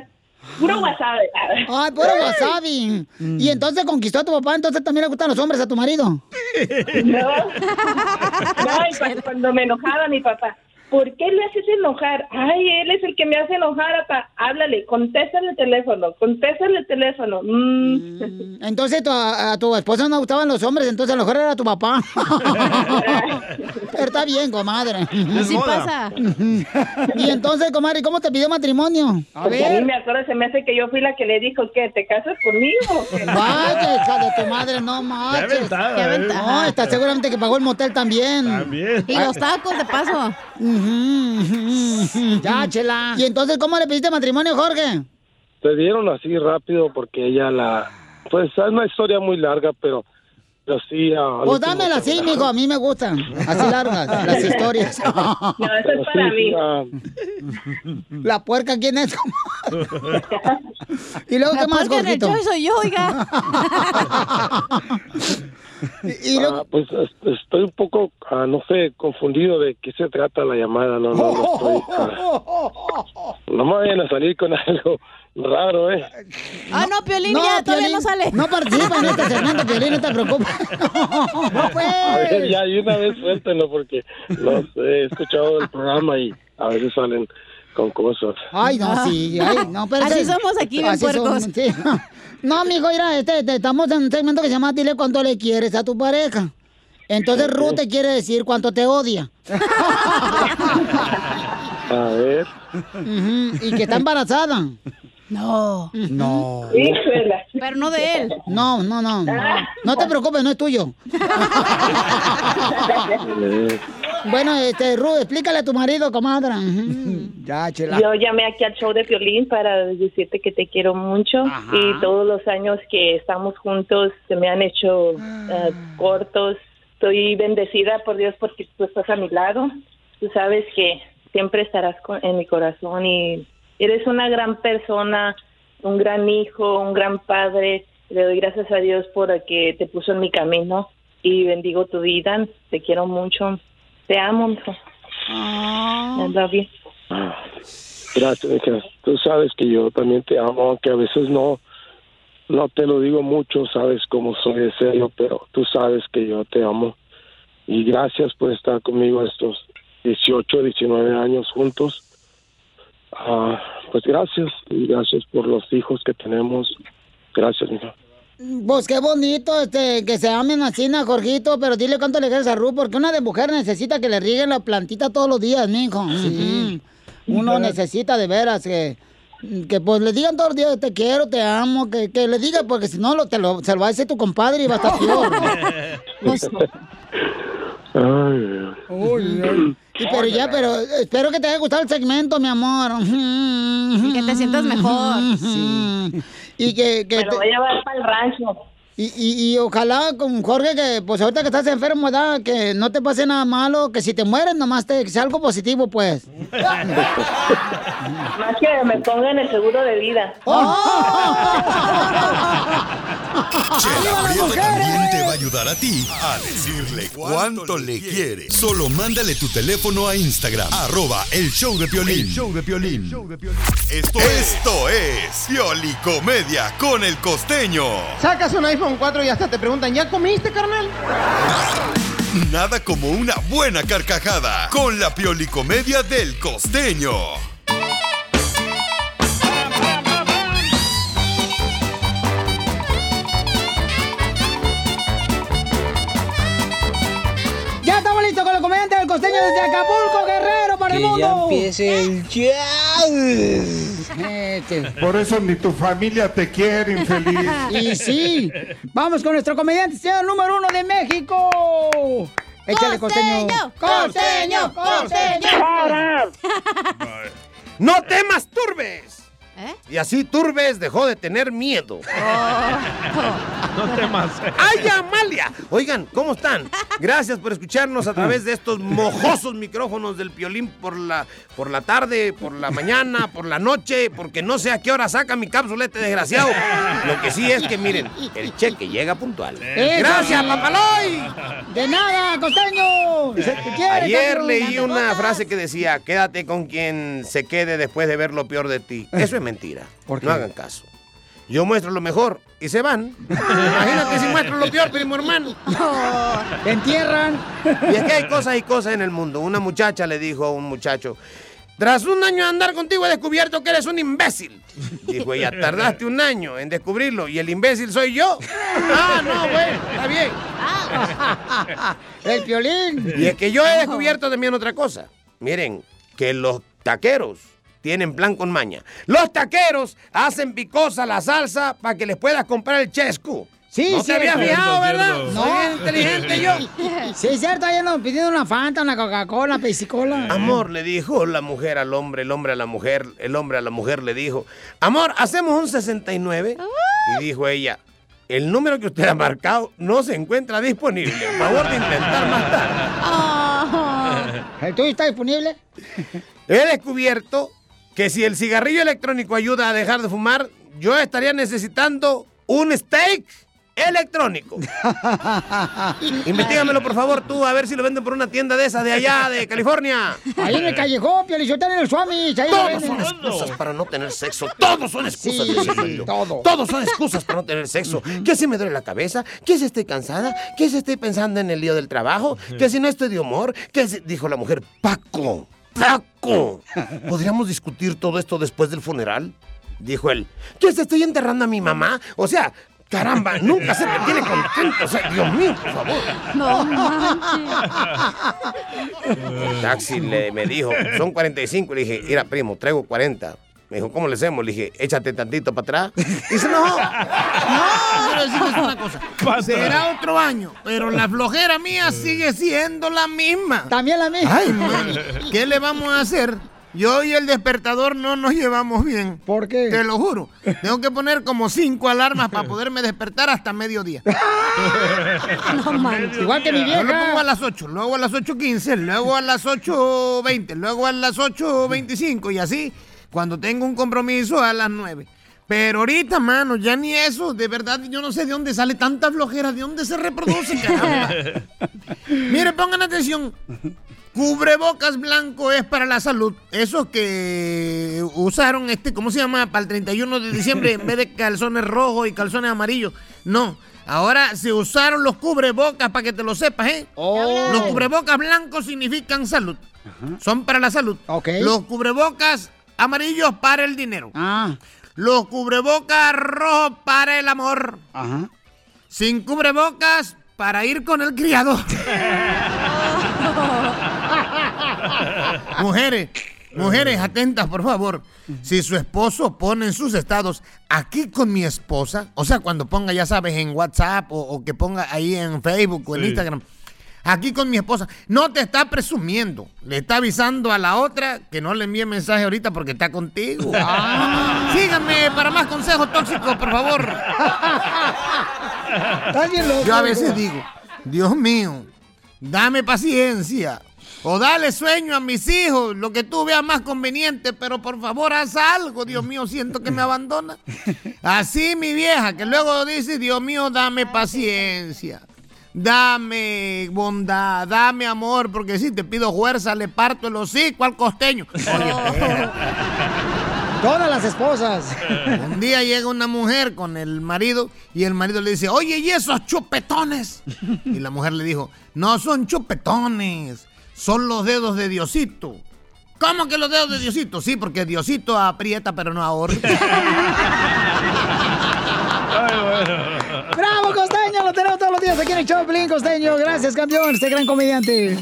K: Puro Guasave.
A: Ay, puro wasabi. Y entonces conquistó a tu papá, entonces también le gustan los hombres a tu marido.
K: No. No, y cu- cuando me enojaba mi papá, ¿por qué le haces enojar? Ay, él es el que me hace enojar, papá. Háblale, contéstale el teléfono, contéstale el teléfono. Mm.
A: Entonces tu- a, a tu esposa no le gustaban los hombres, entonces a lo mejor era tu papá. Pero está bien, comadre.
D: Es
K: Mm.
D: Así moda. pasa.
A: Y entonces, comadre, ¿cómo te pidió matrimonio?
K: Porque a mí me acuerdo, se me hace que yo fui la que le dijo que te casas conmigo.
A: Vaya, hija de tu madre, no manches.
K: Qué aventada,
A: Qué
K: eh.
A: No, está seguramente que pagó el motel también.
B: También.
C: Y los tacos, de paso.
A: Ya, chela. Y entonces, ¿cómo le pediste matrimonio, Jorge?
I: Se dieron así rápido porque ella la... Pues es una historia muy larga, pero... Pero sí... ah, al
A: Pues
I: último-
A: dámela así, mijo, a mí me gustan. Así largas, las historias.
I: Ah. No, eso es
D: Pues
I: para mí.
A: La puerca, ¿quién es? y luego,
C: La
A: ¿qué más,
C: puerca en el
A: Jorgito?
C: Joy soy yo, oiga.
I: Ah, pues es- estoy un poco, ah, no sé, confundido de qué se trata la llamada. No, no, no estoy... ah, no me vayan a salir con algo raro, ¿eh?
C: Ah, no, Piolín ya todavía
A: Piolín,
C: no sale.
A: No participa en este segmento, Piolín, no te preocupes. No,
I: A ver,
A: pues.
I: ya, y una vez suéltenlo porque no sé, he escuchado el programa y a veces salen con cosas.
A: Ay, no, sí, ay, no, pero...
C: Así
A: sí.
C: somos aquí, bien
A: Así somos,
C: puercos.
A: sí. No, mijo, mira, este, este, estamos en un segmento que se llama Dile cuánto le quieres a tu pareja. Entonces, Ruth te quiere decir cuánto te odia.
I: A ver.
A: Mm, Ujú, Y que está embarazada. Mm. No. No.
K: Híjole.
C: Pero no de él.
A: No, no, no. No, No te preocupes, no es tuyo. Bueno, este, Ru, explícale a tu marido, comadre. Ya, chela.
K: Yo llamé aquí al show de violín para decirte que te quiero mucho y todos los años que estamos juntos se me han hecho
A: Ah.
K: eh, cortos. Estoy bendecida por Dios porque tú estás a mi lado. Tú sabes que siempre estarás con- en mi corazón y eres una gran persona, un gran hijo, un gran padre. Le doy gracias a Dios por el que te puso en mi camino y bendigo tu vida. Te quiero mucho. Te amo. mijo.
A: Ah.
K: I love you.
I: Ah, Gracias, hija. Tú sabes que yo también te amo, aunque a veces no, no te lo digo mucho, sabes cómo soy de serio, pero tú sabes que yo te amo. Y gracias por estar conmigo estos 18, 19 años juntos. Ah, pues gracias, y gracias por los hijos que tenemos. Gracias, mija.
A: Pues qué bonito este, que se amen así, ¿no, Jorgito? Pero dile cuánto le quieres a Ru, porque una de mujer necesita que le rieguen la plantita todos los días, mijo. Sí. Uno
D: Ujú.
A: necesita de veras que, que pues le digan todos los días te quiero, te amo, que, que le diga, porque si no lo, te lo, se lo va a decir tu compadre y va a estar peor. Pues
I: Ay,
A: Y pero ya, pero espero que te haya gustado el segmento, mi amor. Y que te sientas mejor. Y que, que te... voy
K: a llevar para el rancho.
A: Y, y, y ojalá con Jorge que, pues ahorita que estás enfermo, ¿verdad? Que no te pase nada malo, que si te mueres nomás te, que sea algo positivo, pues.
K: Más que me pongan el seguro de vida.
A: Oh,
G: Chela Prieto también te va a ayudar a ti a decirle cuánto le quiere. Solo mándale tu teléfono a Instagram, arroba el show de Piolín.
L: El
G: show de Piolín. Esto, esto es Piolicomedia con el costeño.
M: Sacas un iPhone 4 y hasta te preguntan, ¿ya comiste, carnal?
G: Nada como una buena carcajada con la Piolicomedia del costeño.
A: Ya estamos listos con los comediantes del costeño desde Acapulco, Guerrero, para el
M: Que ya
A: mundo.
M: empiece
A: el
O: Por eso ni tu familia te quiere, infeliz.
A: Y sí, vamos con nuestro comediante, señor número uno de México. Échale, costeño.
D: ¡Costeño! ¡Costeño!
N: ¡No temas, Turbes! Y así Turbes dejó de tener miedo.
B: No temas.
N: ¡Ay, Amalia! Oigan, ¿cómo están? Gracias por escucharnos a través de estos mojosos micrófonos del piolín por la, por la tarde, por la mañana, por la noche, porque no sé a qué hora saca mi cápsula este desgraciado. Lo que sí es que, miren, el cheque llega puntual. ¡Gracias, papaloy!
A: Eh,
N: Eh,
A: ¡De nada, costeño! Se te quiere,
N: Ayer
A: campeón.
N: leí una frase que decía, quédate con quien se quede después de ver lo peor de ti.
A: Eh.
N: Eso es mentira. No hagan caso. Yo muestro lo mejor y se van. Imagínate si muestro lo peor, primo hermano.
A: Te entierran.
N: Y es que hay cosas y cosas en el mundo. Una muchacha le dijo a un muchacho, tras un año de andar contigo he descubierto que eres un imbécil. Dijo ella, tardaste un año en descubrirlo y el imbécil soy yo. Ah, no, bueno, está bien.
A: El violín.
N: Y es que yo he descubierto también otra cosa. Miren, que los taqueros tienen plan con maña. Los taqueros hacen picosa la salsa para que les puedas comprar el chesco.
A: Sí,
N: no
A: sí,
N: te habías
A: cierto.
N: fijado, ¿verdad?
A: No.
N: Soy bien inteligente yo.
A: Sí, es cierto, ayer nos pidieron una Fanta, una Coca-Cola, Pepsi-Cola.
N: Amor, le dijo la mujer al hombre, el hombre a la mujer, el hombre a la mujer le dijo, amor, hacemos un 69. Y dijo ella, el número que usted ha marcado no se encuentra disponible. Por favor de intentar más tarde.
A: Ah. ¿El tuyo está disponible?
N: He descubierto que si el cigarrillo electrónico ayuda a dejar de fumar, yo estaría necesitando un steak electrónico. Investígamelo, por favor, tú, a ver si lo venden por una tienda de esas de allá, de California.
A: Ahí en el callejón, Piolichotán en el Suami. Ahí lo
N: Todos
A: venden.
N: son excusas para no tener sexo. Todos son excusas,
A: Sí,
N: Dios mío.
A: todo.
N: Todos son excusas para no tener sexo. Que si me duele la cabeza, que si estoy cansada, que si estoy pensando en el lío del trabajo, que si no estoy de humor, que si... Dijo la mujer, Paco, Paco, ¿podríamos discutir todo esto después del funeral? Dijo él, que si estoy enterrando a mi mamá. O sea, caramba, nunca se me tiene contento. O sea, Dios mío, por favor.
D: No manches.
N: El taxi le, me dijo, son 45. Le dije, mira, primo, traigo 40.
F: Me dijo, ¿cómo le hacemos? Le dije, échate tantito para atrás.
N: Dice, no, no, quiero
D: pues,
N: decirles una cosa.
F: Pata.
N: Será otro año, pero la flojera mía sigue siendo la misma.
A: También la misma.
N: Ay, man, ¿qué le vamos a hacer? Yo y el despertador no nos llevamos bien.
A: ¿Por qué?
N: Te lo juro. Tengo que poner como cinco alarmas para poderme despertar hasta mediodía.
A: Ah, No manches. Igual que mi vieja.
N: Yo lo pongo a las 8, luego a las 8.15, luego a las 8.20, luego a las 8.25 y así cuando tengo un compromiso a las 9. Pero ahorita, mano, ya ni eso. De verdad, yo no sé de dónde sale tanta flojera, de dónde se reproduce, caramba. Mire, pongan atención. Cubrebocas blanco es para la salud. Esos que usaron este, ¿cómo se llama? Para el 31 de diciembre en vez de calzones rojos y calzones amarillos. No. Ahora se usaron los cubrebocas para que te lo sepas, ¿eh? Los cubrebocas blancos significan salud. Son para la salud. Los cubrebocas amarillos para el dinero. Los cubrebocas rojos para el amor. Sin cubrebocas para ir con el criador. Mujeres, mujeres atentas, por favor. Si su esposo pone en sus estados, aquí con mi esposa, o sea, cuando ponga, ya sabes, en WhatsApp o, o que ponga ahí en Facebook o en
F: Sí.
N: Instagram, aquí con mi esposa, no te está presumiendo, le está avisando a la otra que no le envíe mensaje ahorita porque está contigo. Síganme para más consejos tóxicos, por favor. Yo a veces digo, Dios mío, dame paciencia. O dale sueño a mis hijos, lo que tú veas más conveniente, pero por favor haz algo, Dios mío, siento que me abandona. Así mi vieja, que luego dice, Dios mío, dame paciencia, dame bondad, dame amor, porque si te pido fuerza, le parto el hocico al costeño.
A: Todas las esposas.
N: Un día llega una mujer con el marido y el marido le dice, oye, ¿y esos chupetones? Y la mujer le dijo, no son chupetones, son los dedos de Diosito. ¿Cómo que los dedos de Diosito? Sí, porque Diosito aprieta pero no ahorra.
A: ¡Bravo, Costeño! Lo tenemos todos los días aquí en el show, de Piolín, Costeño. Gracias, campeón, este gran comediante.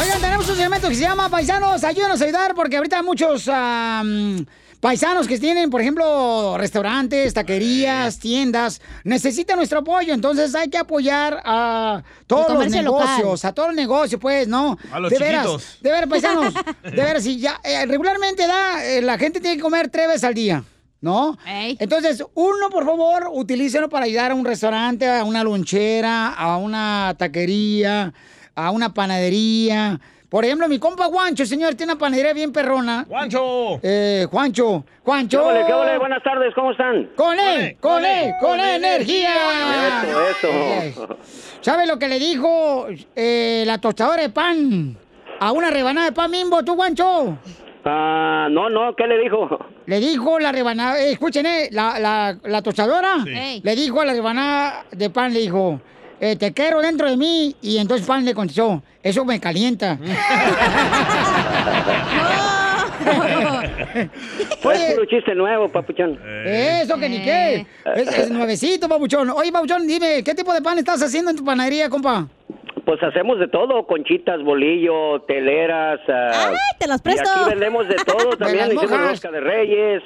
A: Oigan, tenemos un segmento que se llama Paisanos, ayúdanos a ayudar, porque ahorita muchos am, paisanos que tienen, por ejemplo, restaurantes, taquerías, tiendas, necesitan nuestro apoyo. Entonces hay que apoyar a todos
D: El
A: los
D: comercio local.
A: negocios, a todos los negocios, pues, ¿no?
D: A los
A: de veras,
D: chiquitos.
A: de veras, paisanos, de veras, si ya, eh, regularmente da, eh, la gente tiene que comer tres veces al día. ¿No? Entonces, uno, por favor, utilícenlo para ayudar a un restaurante, a una lonchera, a una taquería, a una panadería. Por ejemplo, mi compa Juancho, señor, tiene una panadería bien perrona. ¡Juancho! Eh, Juancho, Juancho.
W: ¿Qué ole, qué ole? Buenas tardes, ¿cómo están?
A: Con él, con él, con él, energía. Eh,
W: Eso, eso.
A: ¿Sabe lo que le dijo eh, la tostadora de pan a una rebanada de pan mimbo, tú, Juancho?
W: Ah, no, no, ¿qué le dijo?
A: Le dijo la rebanada, eh, escuchen, eh, la, la, la tostadora
W: Sí. Ey.
A: le dijo a la rebanada de pan, le dijo, eh, te quiero dentro de mí. Y entonces pan le contestó, eso me calienta.
W: Fue puro chiste nuevo, papuchón.
C: Eh.
A: Eso que ni qué. Es, es nuevecito, babuchón. Oye, babuchón, dime, ¿qué tipo de pan estás haciendo en tu panadería, compa?
W: Pues hacemos de todo, conchitas, bolillo, teleras. ¡Ay,
C: te las
W: Y
C: presto.
W: aquí vendemos de todo, también
C: las
W: hicimos
C: mojas.
W: rosca de reyes.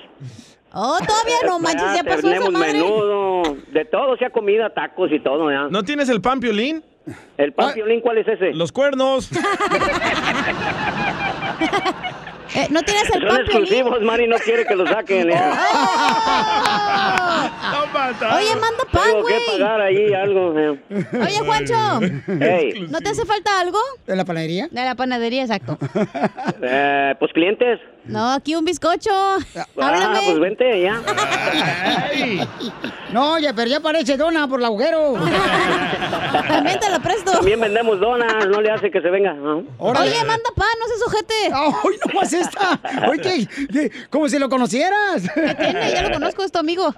C: Oh, todavía no manches, ya pasó esa
W: Tenemos
C: madre.
W: menudo, de todo, sea comida, tacos y todo, ¿ya?
B: ¿No tienes el pan piolín? Ah.
W: ¿El pan piolín cuál es ese?
B: Los cuernos.
C: Eh, ¿No tienes el
W: Son
C: pan, Piolín?
W: exclusivos, Mari, no quiere que los saquen. eh.
C: Oye, manda pan,
W: Tengo que
C: güey.
W: pagar ahí algo. eh.
C: Oye, Juancho.
W: Ey.
C: ¿No te hace falta algo?
A: ¿De la panadería?
C: De la panadería, exacto.
W: Eh, pues clientes.
C: No, aquí un bizcocho. Háblame.
W: Ah, pues vente ya.
A: No, ya, pero ya parece dona por el agujero.
W: También
C: te lo presto.
W: También vendemos donas, no le hace que se venga. ¿no?
C: Oye, manda pan, no seas ojete.
A: ¡Ay, no más esta! Oye, ¿qué? ¿Qué? como si lo conocieras. Ah.
C: tiene? Ya lo conozco, es tu amigo.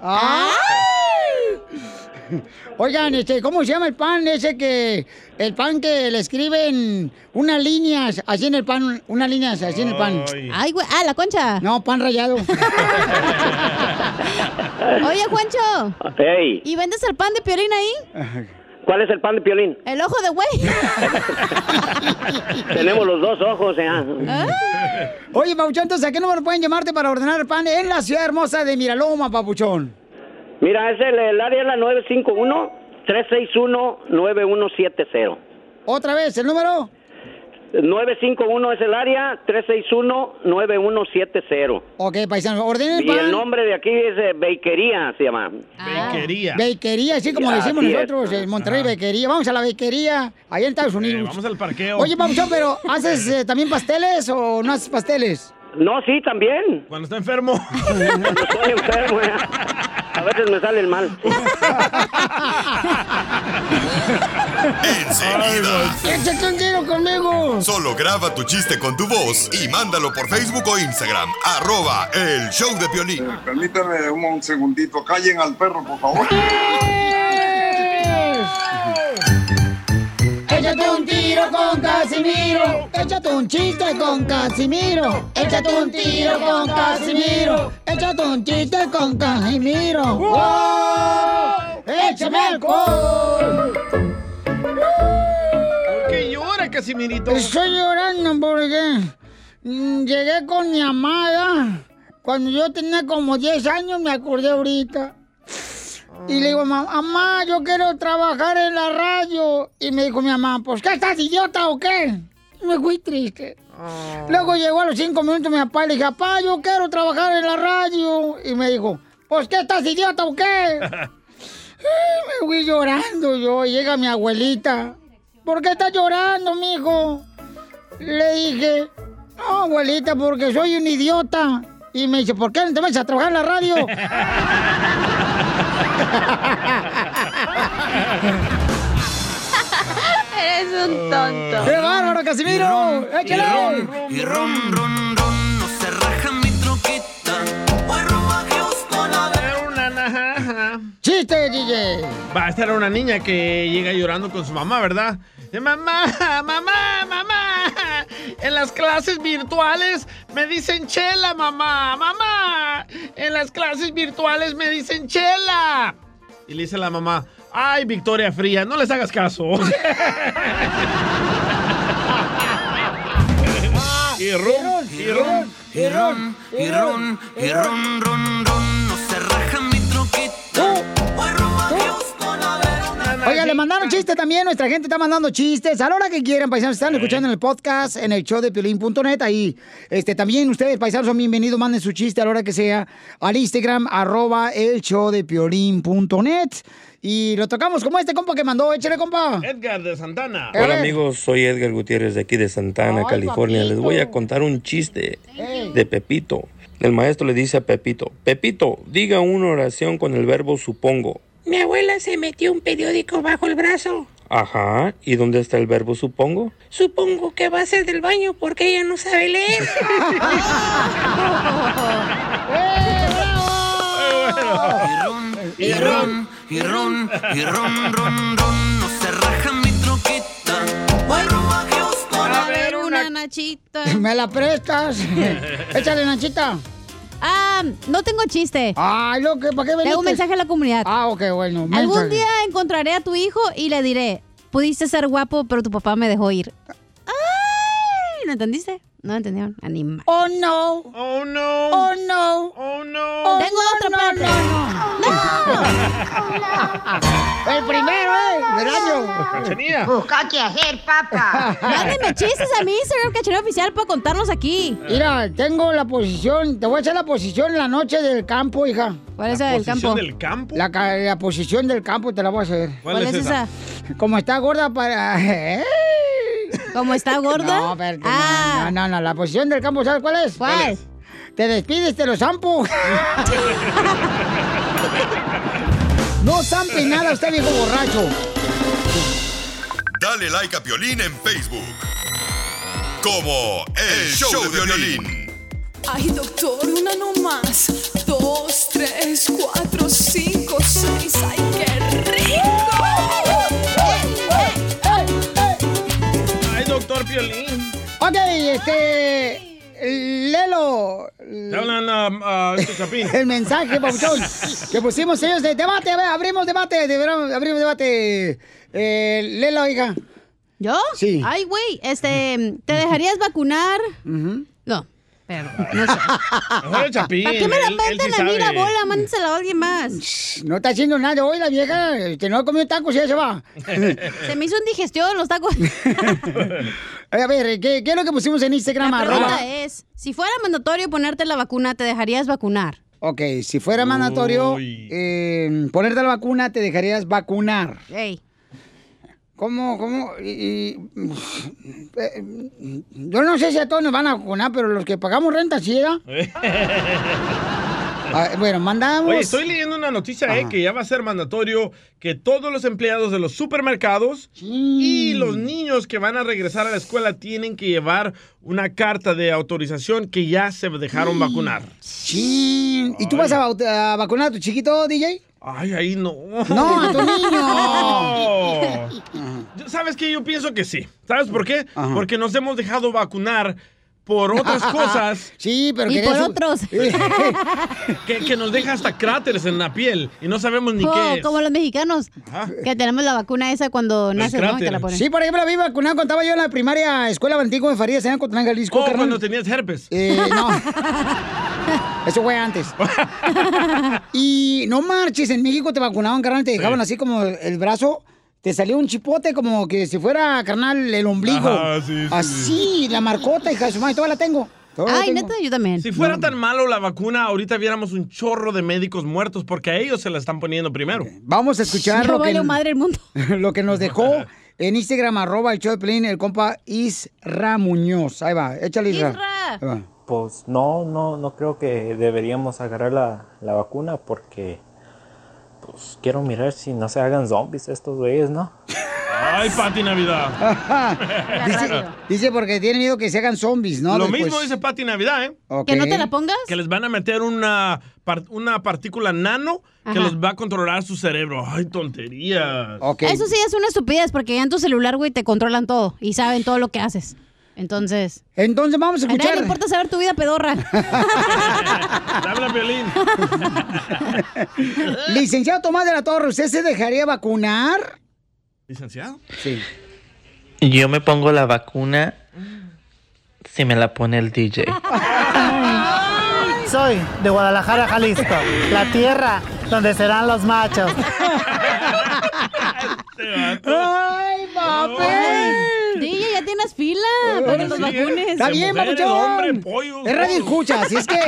A: Oigan, este, ¿cómo se llama el pan ese que... El pan que le escriben unas líneas así en el pan, unas líneas así en el pan.
C: Ay, güey, ah, la concha.
A: No, pan rallado.
C: Oye, Juancho.
W: Ey.
C: ¿Y vendes el pan de Piolín ahí?
W: ¿Cuál es el pan de piolín?
C: El ojo de güey.
W: Tenemos los dos ojos, ¿eh?
A: Oye, Papuchón, entonces, ¿a qué número pueden llamarte para ordenar pan en la ciudad hermosa de Miraloma, Papuchón?
W: Mira, es el, el área es la 951-361-9170.
A: Otra vez, ¿el número?
W: 951 es el área, 361-9170.
A: Ok, paisano, ordenen el
W: Y
A: pan.
W: el nombre de aquí es eh, Bakería, se llama.
A: Bakería. Bakería, así como le decimos
W: Así es.
A: nosotros en Monterrey, bakería. Vamos a la bakería, allá en Estados
B: Eh,
A: Unidos.
W: vamos al parqueo.
A: Oye, Papuchón, pero ¿haces eh, también pasteles o no haces pasteles?
W: No, sí, también.
A: Cuando está enfermo.
W: Cuando estoy enfermo, eh, a veces me sale el mal.
G: Enseguida.
A: ¡Échate un tiro conmigo!
G: Solo graba tu chiste con tu voz y mándalo por Facebook o Instagram. Arroba el show de Piolín.
O: Eh, Permítame un, un segundito. Callen al perro, por favor.
A: Échate un tiro con Casimiro. Échate un chiste con Casimiro. Échate un tiro con Casimiro. Échate un chiste con Casimiro. ¡Wow! ¡Échame alcohol!
B: ¿Por qué llora, Casimirito?
A: Estoy llorando porque mm, llegué con mi amada. Cuando yo tenía como 10 años me acordé ahorita. Y le digo, "Ma- mamá, yo quiero trabajar en la radio. Y me dijo mi mamá, pues ¿qué estás idiota o qué? Y me fui triste.
B: Ah.
A: Luego llegó a los cinco minutos mi papá y le dije, papá, yo quiero trabajar en la radio. Y me dijo, pues ¿qué estás idiota o qué? Ay, me voy llorando yo. y Llega mi abuelita. ¿Por qué estás llorando, mijo? Le dije, no, abuelita, porque soy un idiota. Y me dice, ¿por qué no te vas a trabajar en la radio?
D: Eres un tonto.
A: ¡Qué bárbaro, Casimiro!
D: ¡Échale!
A: ¡Échale! ¡Chiste, DJ!
B: Va, esta era una niña que llega llorando con su mamá, ¿verdad? De mamá, mamá, mamá. En las clases virtuales me dicen chela, mamá, mamá. En las clases virtuales me dicen chela. Y le dice la mamá, ay, Victoria Fría, no les hagas caso. y ron, y ron, y ron, y ron, y ron.
A: Oiga, le mandaron chiste también. Nuestra gente está mandando chistes. A la hora que quieran, paisanos, están escuchando en el podcast, en el show de piolín.net. Ahí este, también ustedes, paisanos, son bienvenidos. Manden su chiste a la hora que sea al Instagram, arroba el show de piolín.net. Y lo tocamos como este compa que mandó. Échale, compa.
B: Edgar de Santana.
E: Hola amigos, soy Edgar Gutiérrez de aquí de Santana, California. Les voy a contar un chiste de Pepito. El maestro le dice a Pepito, Pepito, diga una oración con el verbo supongo.
V: Mi abuela se metió un periódico bajo el brazo.
E: Ajá, ¿y dónde está el verbo supongo?
V: Supongo que va a ser del baño porque ella no sabe leer.
D: Y ron, y ron, y ron, ron, ron, no se raja mi troquita. Voy rumbo a Houston a ver una...
C: Una nachita.
A: ¿Me la prestas? Échale, Nachita.
C: Ah, no tengo chiste.
A: Ay, lo que, ¿para qué
C: Tengo
A: viniste?
C: un mensaje a la comunidad.
A: Ah, ok, bueno.
C: Algún
A: mensaje.
C: día encontraré a tu hijo y le diré, pudiste ser guapo, pero tu papá me dejó ir. ¡Ay! ¿No entendiste? No entendieron. Anima.
A: Oh, no.
B: Oh, no.
A: Oh, no.
B: Oh, no.
C: Tengo otra parte.
A: El primero, ¿eh? Del
B: Cachanilla.
C: Busca qué hacer, papá. Mándenme chistes a mi Instagram, cachanilla oficial, para contarlos aquí.
A: Mira, tengo la posición, te voy a echar la posición en la noche del campo, hija.
C: ¿Cuál
B: es la ¿La del posición campo? del campo?
A: La, ca- la posición del campo te la voy a hacer.
B: ¿Cuál ¿Cuál es es esa?
A: Como está gorda para... ¿Eh?
C: ¿Cómo está gorda? Ah.
A: No, espérate, no, no, no, la posición del campo, ¿sabes cuál es? ¿Cuál? Te despides, te lo zampo. no zampe nada, usted viejo borracho.
G: Dale like a Piolín en Facebook. Como el show de Piolín.
F: Ay, doctor, una no más. Dos, tres, cuatro, cinco, seis. Ay, qué rico.
B: Ay, doctor Piolín.
A: Ok, este... Lelo.
B: Te hablan a Chapín.
A: El mensaje, Pabuchón, que pusimos ellos de debate. A ver, abrimos debate. de verano, abrimos debate. Eh, Lelo, hija.
C: ¿Yo?
A: Sí.
C: Ay, güey, este, ¿te dejarías vacunar? No, pero no sé.
A: Mejor el Chapín,
C: ¿Para qué me la
A: él- él sí
C: venden a mí la
A: sabe.
C: bola? Mándensela a alguien más.
A: No está haciendo nada hoy la vieja. Este, no ha comido tacos y ya se va.
C: Se me hizo indigestión los tacos.
A: Eh, A ver, ¿qué, qué es lo que pusimos en Instagram?
C: La
A: Arroba?
C: pregunta es, si fuera mandatorio ponerte la vacuna, ¿te dejarías vacunar?
A: Ok, si fuera mandatorio eh, ponerte la vacuna, te dejarías vacunar.
C: Ey.
A: ¿Cómo, cómo? Y- y- eh, yo no sé si a todos nos van a vacunar, pero los que pagamos renta, sí, ¿verdad? Ah, bueno, mandamos...
B: Oye, estoy leyendo una noticia eh,
A: Ajá.
B: que ya va a ser mandatorio que todos los empleados de los supermercados y los niños que van a regresar a la escuela tienen que llevar una carta de autorización que ya se dejaron vacunar.
A: Sí. ¿Y tú vas a, vaut- a vacunar a tu chiquito, DJ?
B: Ay, ahí no.
A: No, a tu niño.
B: No. Yo- ¿Sabes qué? Yo pienso que sí. ¿Sabes por qué? Porque nos hemos dejado vacunar por otras cosas.
A: Sí, pero Y querías por un- otros.
B: que, que nos deja hasta cráteres en la piel y no sabemos ni
C: Oh,
B: qué es.
C: como los mexicanos, que tenemos la vacuna esa cuando naces, ¿no? Y te la ponen.
A: Sí, por ejemplo, la vi vacunada cuando estaba yo en la primaria escuela Bantico en Farías, en Cotlán, Jalisco.
B: Oh,
A: carnal.
B: cuando tenías herpes.
A: Eh, no. Eso fue antes. y no marches, en México te vacunaban, carnal, te dejaban así como el brazo, te salía un chipote como que si fuera, carnal, el ombligo.
B: Ajá, sí, sí,
A: así, la marcota, hija de su madre, toda la tengo. Toda la tengo.
C: yo también.
B: Si fuera tan malo la vacuna, ahorita viéramos un chorro de médicos muertos porque a ellos se la están poniendo primero.
A: Vamos a escuchar
B: No
A: lo, que,
B: valió madre
C: el mundo.
A: lo que nos dejó en Instagram, arroba el show de Piolín, el compa Isra Muñoz. Ahí va, échale Isra. Ahí va.
R: Pues no, no, no creo que deberíamos agarrar la, la vacuna porque pues quiero mirar si no se hagan zombies estos güeyes, ¿no?
B: Ay, Pati Navidad.
A: dice, dice porque tiene miedo que se hagan zombies, ¿no?
B: Lo
A: Después.
B: mismo dice Pati Navidad, ¿eh?
A: Ok. ¿Que no te la
C: pongas?
B: Que les van a meter una, par- una partícula nano que
C: Ajá.
B: los va a controlar su cerebro. Ay, tonterías.
C: Eso sí es una estupidez porque ya en tu celular, güey, te controlan todo y saben todo lo que haces. Entonces.
A: Entonces vamos a
C: A nadie
A: escuchar.
C: le importa saber tu vida pedorra.
B: Habla violín.
A: Licenciado Tomás de la Torre, ¿usted se dejaría vacunar?
B: ¿Licenciado?
A: Sí.
S: Yo me pongo la vacuna si me la pone el DJ.
T: Soy de Guadalajara, Jalisco, la tierra donde serán los machos.
A: ¡Ay, papi!
C: DJ, ya tienes fila para los vacunes.
A: Está bien, papuchón. Es radio escucha, así es que.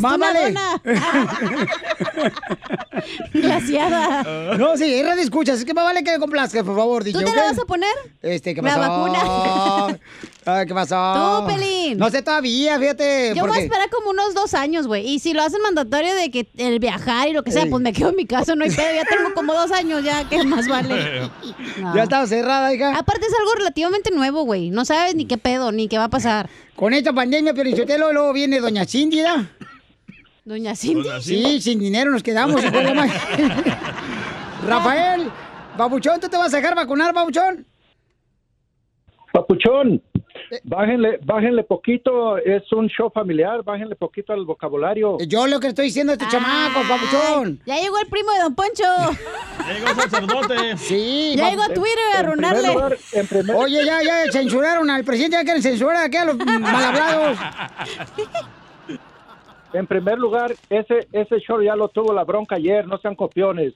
A: ¡Mámale!
C: Glaciada.
A: No, sí, es radio escucha, así es que más vale que me complazca, por favor, DJ.
C: ¿Tú te la
A: ¿ok?
C: vas a poner?
A: Este, ¿qué
C: La
A: pasó?
C: vacuna.
A: Ay, ¿qué pasó?
C: Tú, Pelín.
A: No sé todavía, fíjate.
C: Yo voy a
A: porque-
C: esperar como unos dos años, güey. Y si lo hacen mandatorio de que el viajar y lo que sea,
A: Ey.
C: pues me quedo en mi casa, no hay pedo. Ya tengo como dos años ya, ¿qué más vale? Ah.
A: Ya estaba cerrada, hija.
C: Aparte es algo relativamente nuevo, güey. No sabes ni qué pedo, ni qué va a pasar.
A: Con esta pandemia, Piolichotelo, luego viene Doña Cindy, ¿verdad?
C: Doña Cindy.
A: Sí, sin dinero nos quedamos. hijo de la madre. Rafael, Babuchón, ¿tú te vas a dejar vacunar, Babuchón?
X: Papuchón,
A: Eh.
X: bájenle, bájenle poquito, es un show familiar, bájenle poquito al vocabulario.
A: Eh,
X: Ah.
A: Yo lo que estoy diciendo a este chamaco, Papuchón.
C: Ya llegó el primo de Don Poncho.
B: Ya llegó el sacerdote.
A: Sí.
C: Ya
A: va-
C: llegó a Twitter a
A: En primer
C: arruinarle.
A: lugar, Oye, ya, ya censuraron al presidente, ya quieren censurar aquí a los malhablados.
X: En primer lugar, ese, ese show ya lo tuvo la bronca ayer, no sean copiones.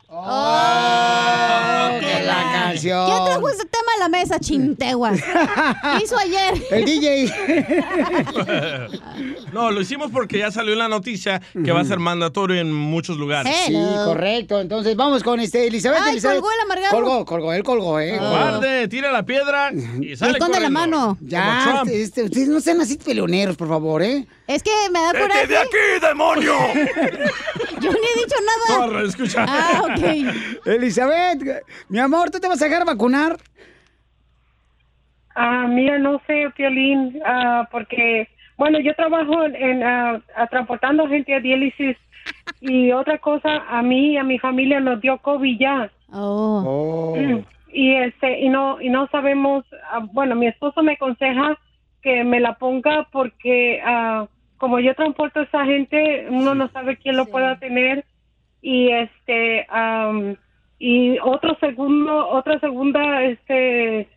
A: la canción.
C: ¿Quién trajo ese tema a la mesa, chinteguas? ¿Qué hizo ayer?
A: El DJ.
C: Eh.
B: No, lo hicimos porque ya salió la noticia que va a ser mandatorio en muchos lugares.
A: Sí, correcto. Entonces vamos con este Elizabeth.
B: Ay,
A: Elizabeth.
B: colgó el amargado.
A: Colgó, colgó, él colgó, eh.
C: Ah.
B: Guarde, tira la piedra y sale
A: Esconde la
B: corriendo.
A: mano.
B: Como
A: Ya,
B: Trump.
A: este, ustedes no sean así peleoneros, por favor, eh.
C: Es que me da coraje.
A: de aquí, demonio!
C: Yo no he dicho nada.
B: escucha.
C: Pues, Ah, ok.
A: Elizabeth, mi amor, ¿tú te vas a dejar vacunar?
Y: Ah, mira, no sé, Piolín, ah, porque, bueno, yo trabajo en, en, ah, ah, transportando gente a diálisis y otra cosa, a mí y a mi familia nos dio COVID ya.
A: Oh.
Y: Mm, Y, este, y, no, y no sabemos, ah, bueno, mi esposo me aconseja que me la ponga porque ah, como yo transporto a esa gente, uno no sabe quién lo pueda tener y este am, y otro segundo, otra segunda este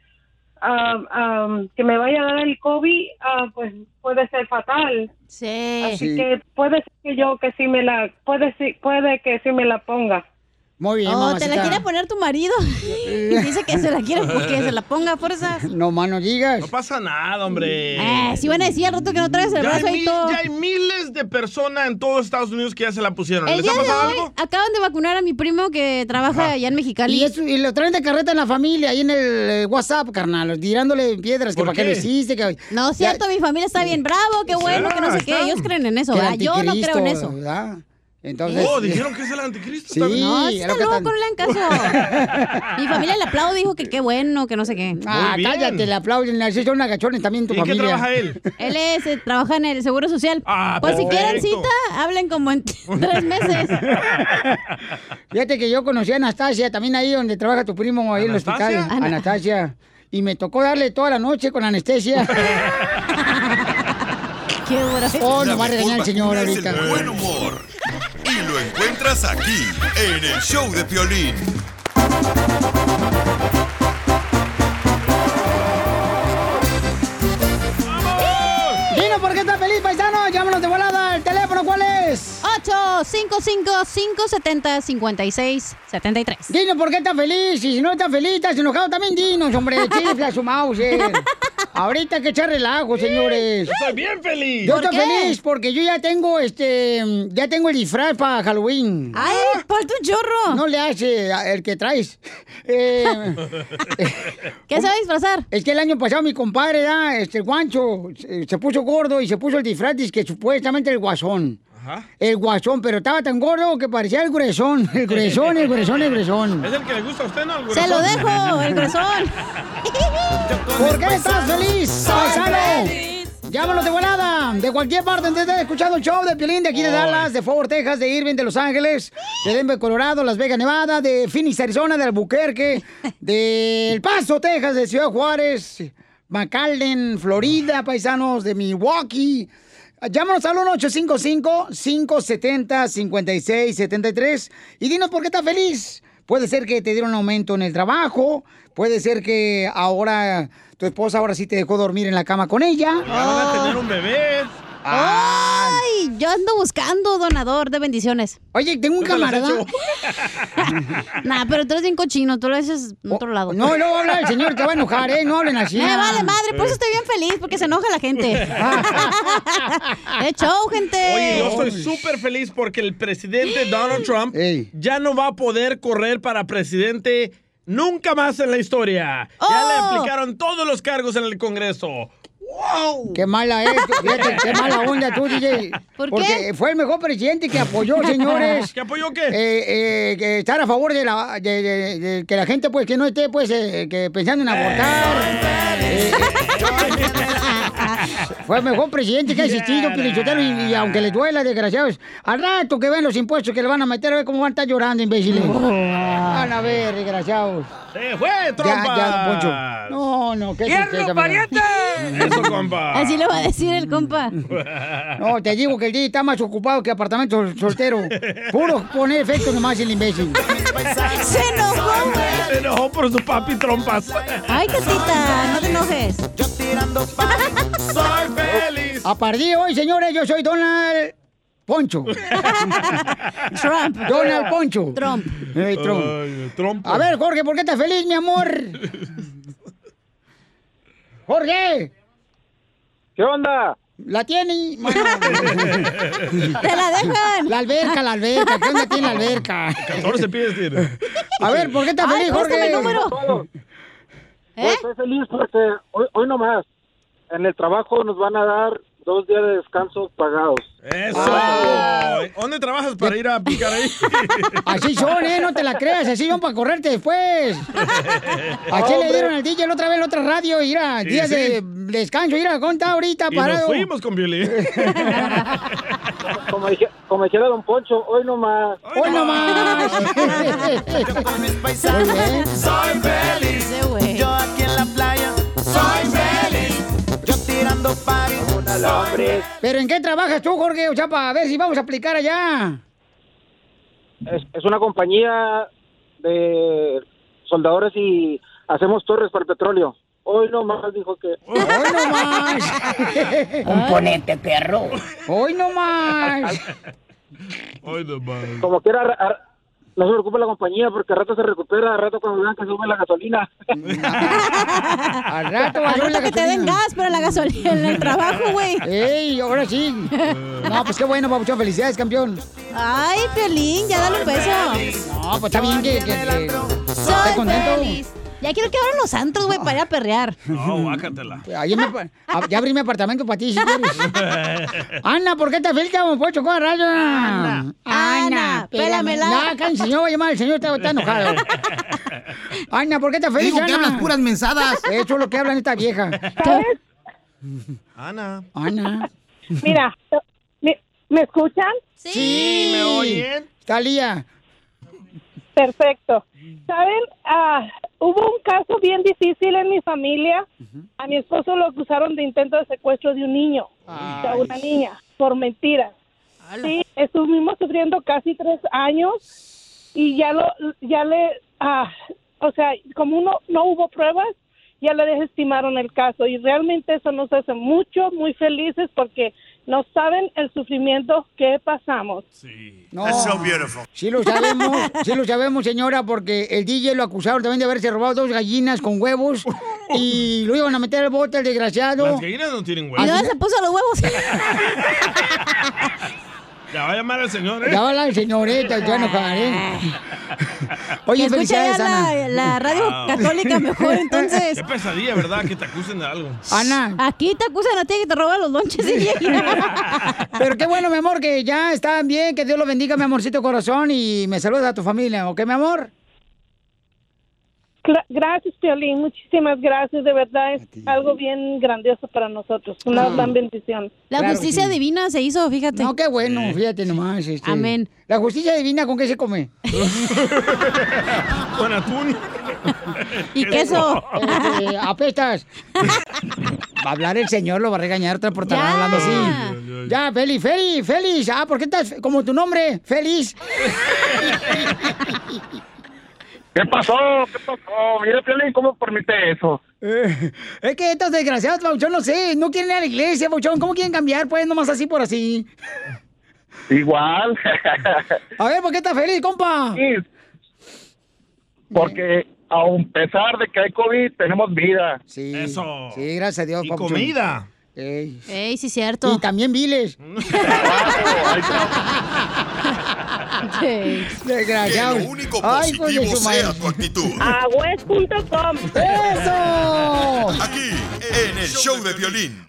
Y: am, am, que me vaya a dar el COVID, ah, pues puede ser fatal.
C: Sí.
Y: Así
A: Sí.
Y: que puede ser que yo que sí me la puede sí- puede que sí me la ponga.
A: Muy bien,
C: Oh, te
A: mamacita.
C: la quiere poner tu marido. Dice que se la quiere porque se la ponga a fuerzas.
A: No más no digas.
B: No pasa nada, hombre.
C: Eh, si van a decir al rato que no traes el
B: ya,
C: brazo
B: hay
C: ahí
B: mil-
C: todo.
B: ya hay miles de personas en todos Estados Unidos que ya se la pusieron.
C: El
B: ¿Les
C: día
B: ha
C: de
B: pasado
C: hoy
B: algo?
C: acaban de vacunar a mi primo que trabaja allá en Mexicali.
A: Y, eso- y lo traen de carreta en la familia, ahí en el eh, WhatsApp, carnal, tirándole piedras, que
C: ¿Por
A: para qué? lo
C: qué?
A: hiciste. Que...
C: No es cierto, mi familia está bien, bravo, qué bueno, que no sé qué. Ellos creen en eso,
A: Que el
C: ¿verdad? Yo no creo en
A: anticristo,
C: eso.
A: ¿verdad? Entonces, eh,
B: oh, dijeron que es el anticristo.
A: Sí,
B: también.
C: No, está loco, no le hagan caso. Mi familia le aplaudo, dijo que qué bueno, que no sé qué.
A: Ah, cállate, le aplauden. así Son agachones también tu familia.
C: Él es, eh, trabaja en el Seguro Social. Por si quieren
A: perfecto.
C: cita, hablen como en tres meses.
A: Fíjate que yo conocí a Anastasia, también ahí donde trabaja tu primo, ahí en el hospital.
C: ¿Anastasia? Ana-
A: Anastasia. Y me tocó darle toda la noche con anestesia.
C: Qué bueno.
A: Oh, no va a
G: mejor
A: regañar el señor
G: vacuna es
A: ahorita.
G: el buen humor. Y lo encuentras aquí, en el show de Piolín.
A: Dino, ¿por qué estás feliz, paisano? Llámanos de volada. ¿El teléfono cuál es?
C: 855-570-5673.
A: Dino, ¿por qué estás feliz? Y si no estás feliz, estás enojado también, dinos, hombre. Chifla su mouse. Ahorita hay que echar relajo, señores.
B: Yo estoy bien feliz.
A: Yo estoy feliz porque yo ya tengo este. Ya tengo el disfraz para Halloween.
C: ¡Ay! ¡Falta un chorro!
A: No le hace a- el que traes. Eh,
C: ¿Qué se va a disfrazar?
A: Es que el año pasado mi compadre, ¿verdad? este el guancho, se, se puso gordo y se puso el disfraz dice que supuestamente el guasón. El guasón, pero estaba tan gordo que parecía el gruesón. El gruesón, el gruesón, el gruesón.
B: ¿Es el que le gusta a usted, no? El
A: Se lo dejo, el gruesón. ¿Por qué estás feliz, paisano? Llámanos de volada, de cualquier parte donde estés escuchando el show de Piolín, de aquí de Dallas, de Fort Worth, Texas, de Irving, de Los Ángeles, de Denver, Colorado, Las Vegas, Nevada, de Phoenix, Arizona, de Albuquerque, de El Paso, Texas, de Ciudad Juárez, McAllen, Florida, paisanos, de Milwaukee. Llámanos al 1-855-570-5673 y dinos por qué estás feliz. Puede ser que te dieron un aumento en el trabajo, puede ser que ahora tu esposa ahora sí te dejó dormir en la cama con ella. Ah.
B: Ya van a
A: Oh.
B: tener un bebé.
C: ¡Ay! Yo ando buscando donador de bendiciones.
A: Oye, tengo un
B: ¿Dónde lo has
C: camarada.
B: hecho?
C: nah, pero tú eres bien cochino, tú lo haces en otro lado.
A: Oh, no, no, habla el señor, te va a enojar, ¿eh? No hablen así.
C: Me vale madre, por eso estoy bien feliz, porque se enoja la gente. ¡De show, gente!
B: Oye, yo estoy súper feliz porque el presidente Donald Trump ya no va a poder correr para presidente nunca más en la historia. Ya le
A: Oh.
B: aplicaron todos los cargos en el Congreso.
A: Qué mala es, tú, fíjate, qué mala onda tú, DJ.
B: ¿Por
A: Porque
B: qué?
A: fue el mejor presidente que apoyó, señores.
B: ¿Que apoyó qué?
A: Eh, eh, que estar a favor de, la, de- de- de que la gente, pues, que no esté, pues, eh, que pensando en abortar. Eh, fue el mejor presidente que ha existido, Pilichotero, y, y aunque les duela, desgraciados, al rato que ven los impuestos que le van a meter, a ver cómo van a estar llorando, imbéciles. Van a ver, desgraciados.
B: Oh. ¡Se fue,
A: Ya,
B: trompa!
A: ya, don Poncho. No, no, qué
B: ¡Fierro,
A: tristeza, me da.
B: pariente! Eso, compa.
C: Así le va a decir el compa.
A: No, te digo que el DJ está más ocupado que apartamento sol- soltero. Puro poner efecto nomás el imbécil.
C: Se enojó, güey.
B: Se enojó por su papi trompas.
C: Ay, tatita, no te enojes.
B: Soy feliz.
A: A partir de hoy, señores, yo soy Donald Poncho.
C: Trump.
A: Donald Poncho.
C: Trump.
A: Ey, Trump.
B: Ay, trompa.
A: A ver, Jorge, ¿por qué estás feliz, mi amor? Jorge.
X: ¿Qué onda?
A: La tiene. mano. Te la dejan. La alberca, la alberca. ¿Qué onda tiene la alberca?
B: 14 pies tiene.
A: A ver, ¿por qué estás feliz, Jorge?
X: Pues, estoy feliz porque hoy, hoy nomás en el trabajo nos van a dar dos días de descanso pagados. Ah,
B: Eso.
X: ¡Oh!
B: ¿Dónde trabajas para ir a picar ahí?
A: Así son, ¿eh? No te la creas, así son para correrte después. Aquí le dieron al DJ la otra vez la otra radio, mira,
B: Sí,
A: días
B: sí.
A: de descanso, mira, ¿cuánta ahorita
B: Y nos
A: parado?
B: fuimos con violín.
X: Como, dije- como dijera Don Poncho, hoy nomás.
A: Hoy nomás.
D: Muy bien. Soy feliz.
C: Yo
D: aquí en la playa. Soy feliz. Yo tirando
F: puedo parir un alambre.
A: ¿Pero en qué trabajas tú, Jorge? O sea, para ver si vamos a aplicar allá.
D: Es, es una compañía de soldadores y hacemos torres para el petróleo. Hoy no más dijo que. Hoy
A: no más.
D: Componente, perro.
A: Hoy no más.
D: Hoy no más. Como quiera, a- a- no se preocupe la compañía porque al rato se recupera, al rato cuando vean que sube la gasolina.
A: Al rato,
C: Al rato que te den gas para la gasolina en el trabajo, güey.
A: ¡Ey, ahora sí! No, pues qué bueno, papuchón. Felicidades, campeón.
C: Ay, Piolín, ya dale un beso.
A: No, pues está bien que... que, que-
C: Soy
A: estés contento.
C: feliz. Ya quiero que abran los antros, güey, para ir a perrear.
A: No, guácatela. ah, ya abrí mi apartamento para ti, si quieres. Ana, ¿por qué te afecta un pocho con rayo? Ana, Ana,
F: pélamela.
A: No, cállense, señor va a llamar, el señor está, está enojado. Ana, ¿por qué te afecta?
N: Digo que hablas
A: puras mensadas. Eso es lo que hablan esta vieja.
B: Ana.
A: Ana.
L: Mira, ¿me, me escuchan?
C: Sí.
B: ¿me oyen?
A: Talía.
L: Perfecto. ¿Saben? Ah, hubo un caso bien difícil en mi familia. A mi esposo lo acusaron de intento de secuestro de un niño, de una niña, por mentiras. Sí, estuvimos sufriendo casi tres años y ya lo, ya le, ah, o sea, como uno no hubo pruebas, ya le desestimaron el caso y realmente eso nos hace mucho, muy felices porque no saben el sufrimiento que pasamos.
A: No.
L: That's
F: so beautiful.
A: Sí lo sabemos, sí lo sabemos, señora, porque el DJ lo acusaron también de haberse robado dos gallinas con huevos y lo iban a meter al bote, el desgraciado.
B: Las gallinas no tienen
A: Y
B: huevos.
A: luego se
C: puso los huevos.
B: Ya va a llamar al señor, ¿eh?
A: Ya va la señorita, ya enojar, ¿eh? Oye,
B: Que escuche
A: felicidades,
B: ya la-
A: Ana.
B: la radio Wow. católica mejor,
C: entonces.
B: Qué pesadilla, ¿verdad? Que te acusen de algo.
A: Ana.
C: Aquí te acusan a ti que te roban los lonches.
A: Pero qué bueno, mi amor, que ya están bien, que Dios lo bendiga, mi amorcito corazón, y me saludas a tu familia, ¿ok, mi amor?
L: Cla- Gracias, Piolín. Muchísimas gracias. De verdad es algo bien grandioso para nosotros. Una
C: Ah.
L: gran bendición.
C: La justicia divina se hizo, fíjate.
A: No, qué bueno, fíjate nomás. este.
C: Amén.
A: La justicia divina, ¿con qué se come?
B: Con atún.
A: Y queso. Este, apestas. Va a hablar el señor, lo va a regañar por estar hablando así. Ya, Feli, Feli, Félix. Ah, ¿por qué estás como tu nombre? Feliz.
Z: ¿Qué pasó? ¿Qué pasó? Mira, Piolín, ¿cómo permite eso?
A: Eh, es que estos desgraciados, Pauchón, no sé, no quieren ir a la iglesia, Pauchón. ¿Cómo quieren cambiar? Pues nomás así por así.
Z: Igual.
A: A ver, ¿por qué estás feliz, compa?
Z: Porque a pesar de que hay COVID, tenemos vida.
A: Sí.
Z: Eso.
A: Sí, gracias a Dios,
Z: Y
A: Pauchón.
Z: comida.
A: Ey.
C: Ey, sí, cierto.
A: Y también viles. Desgraciado. Ah,
S: Que lo único
A: Ay, hijo de
S: positivo
A: su madre.
S: sea tu actitud.
L: Agüez.com.
A: ¡Eso!
S: Aquí, en el show de violín.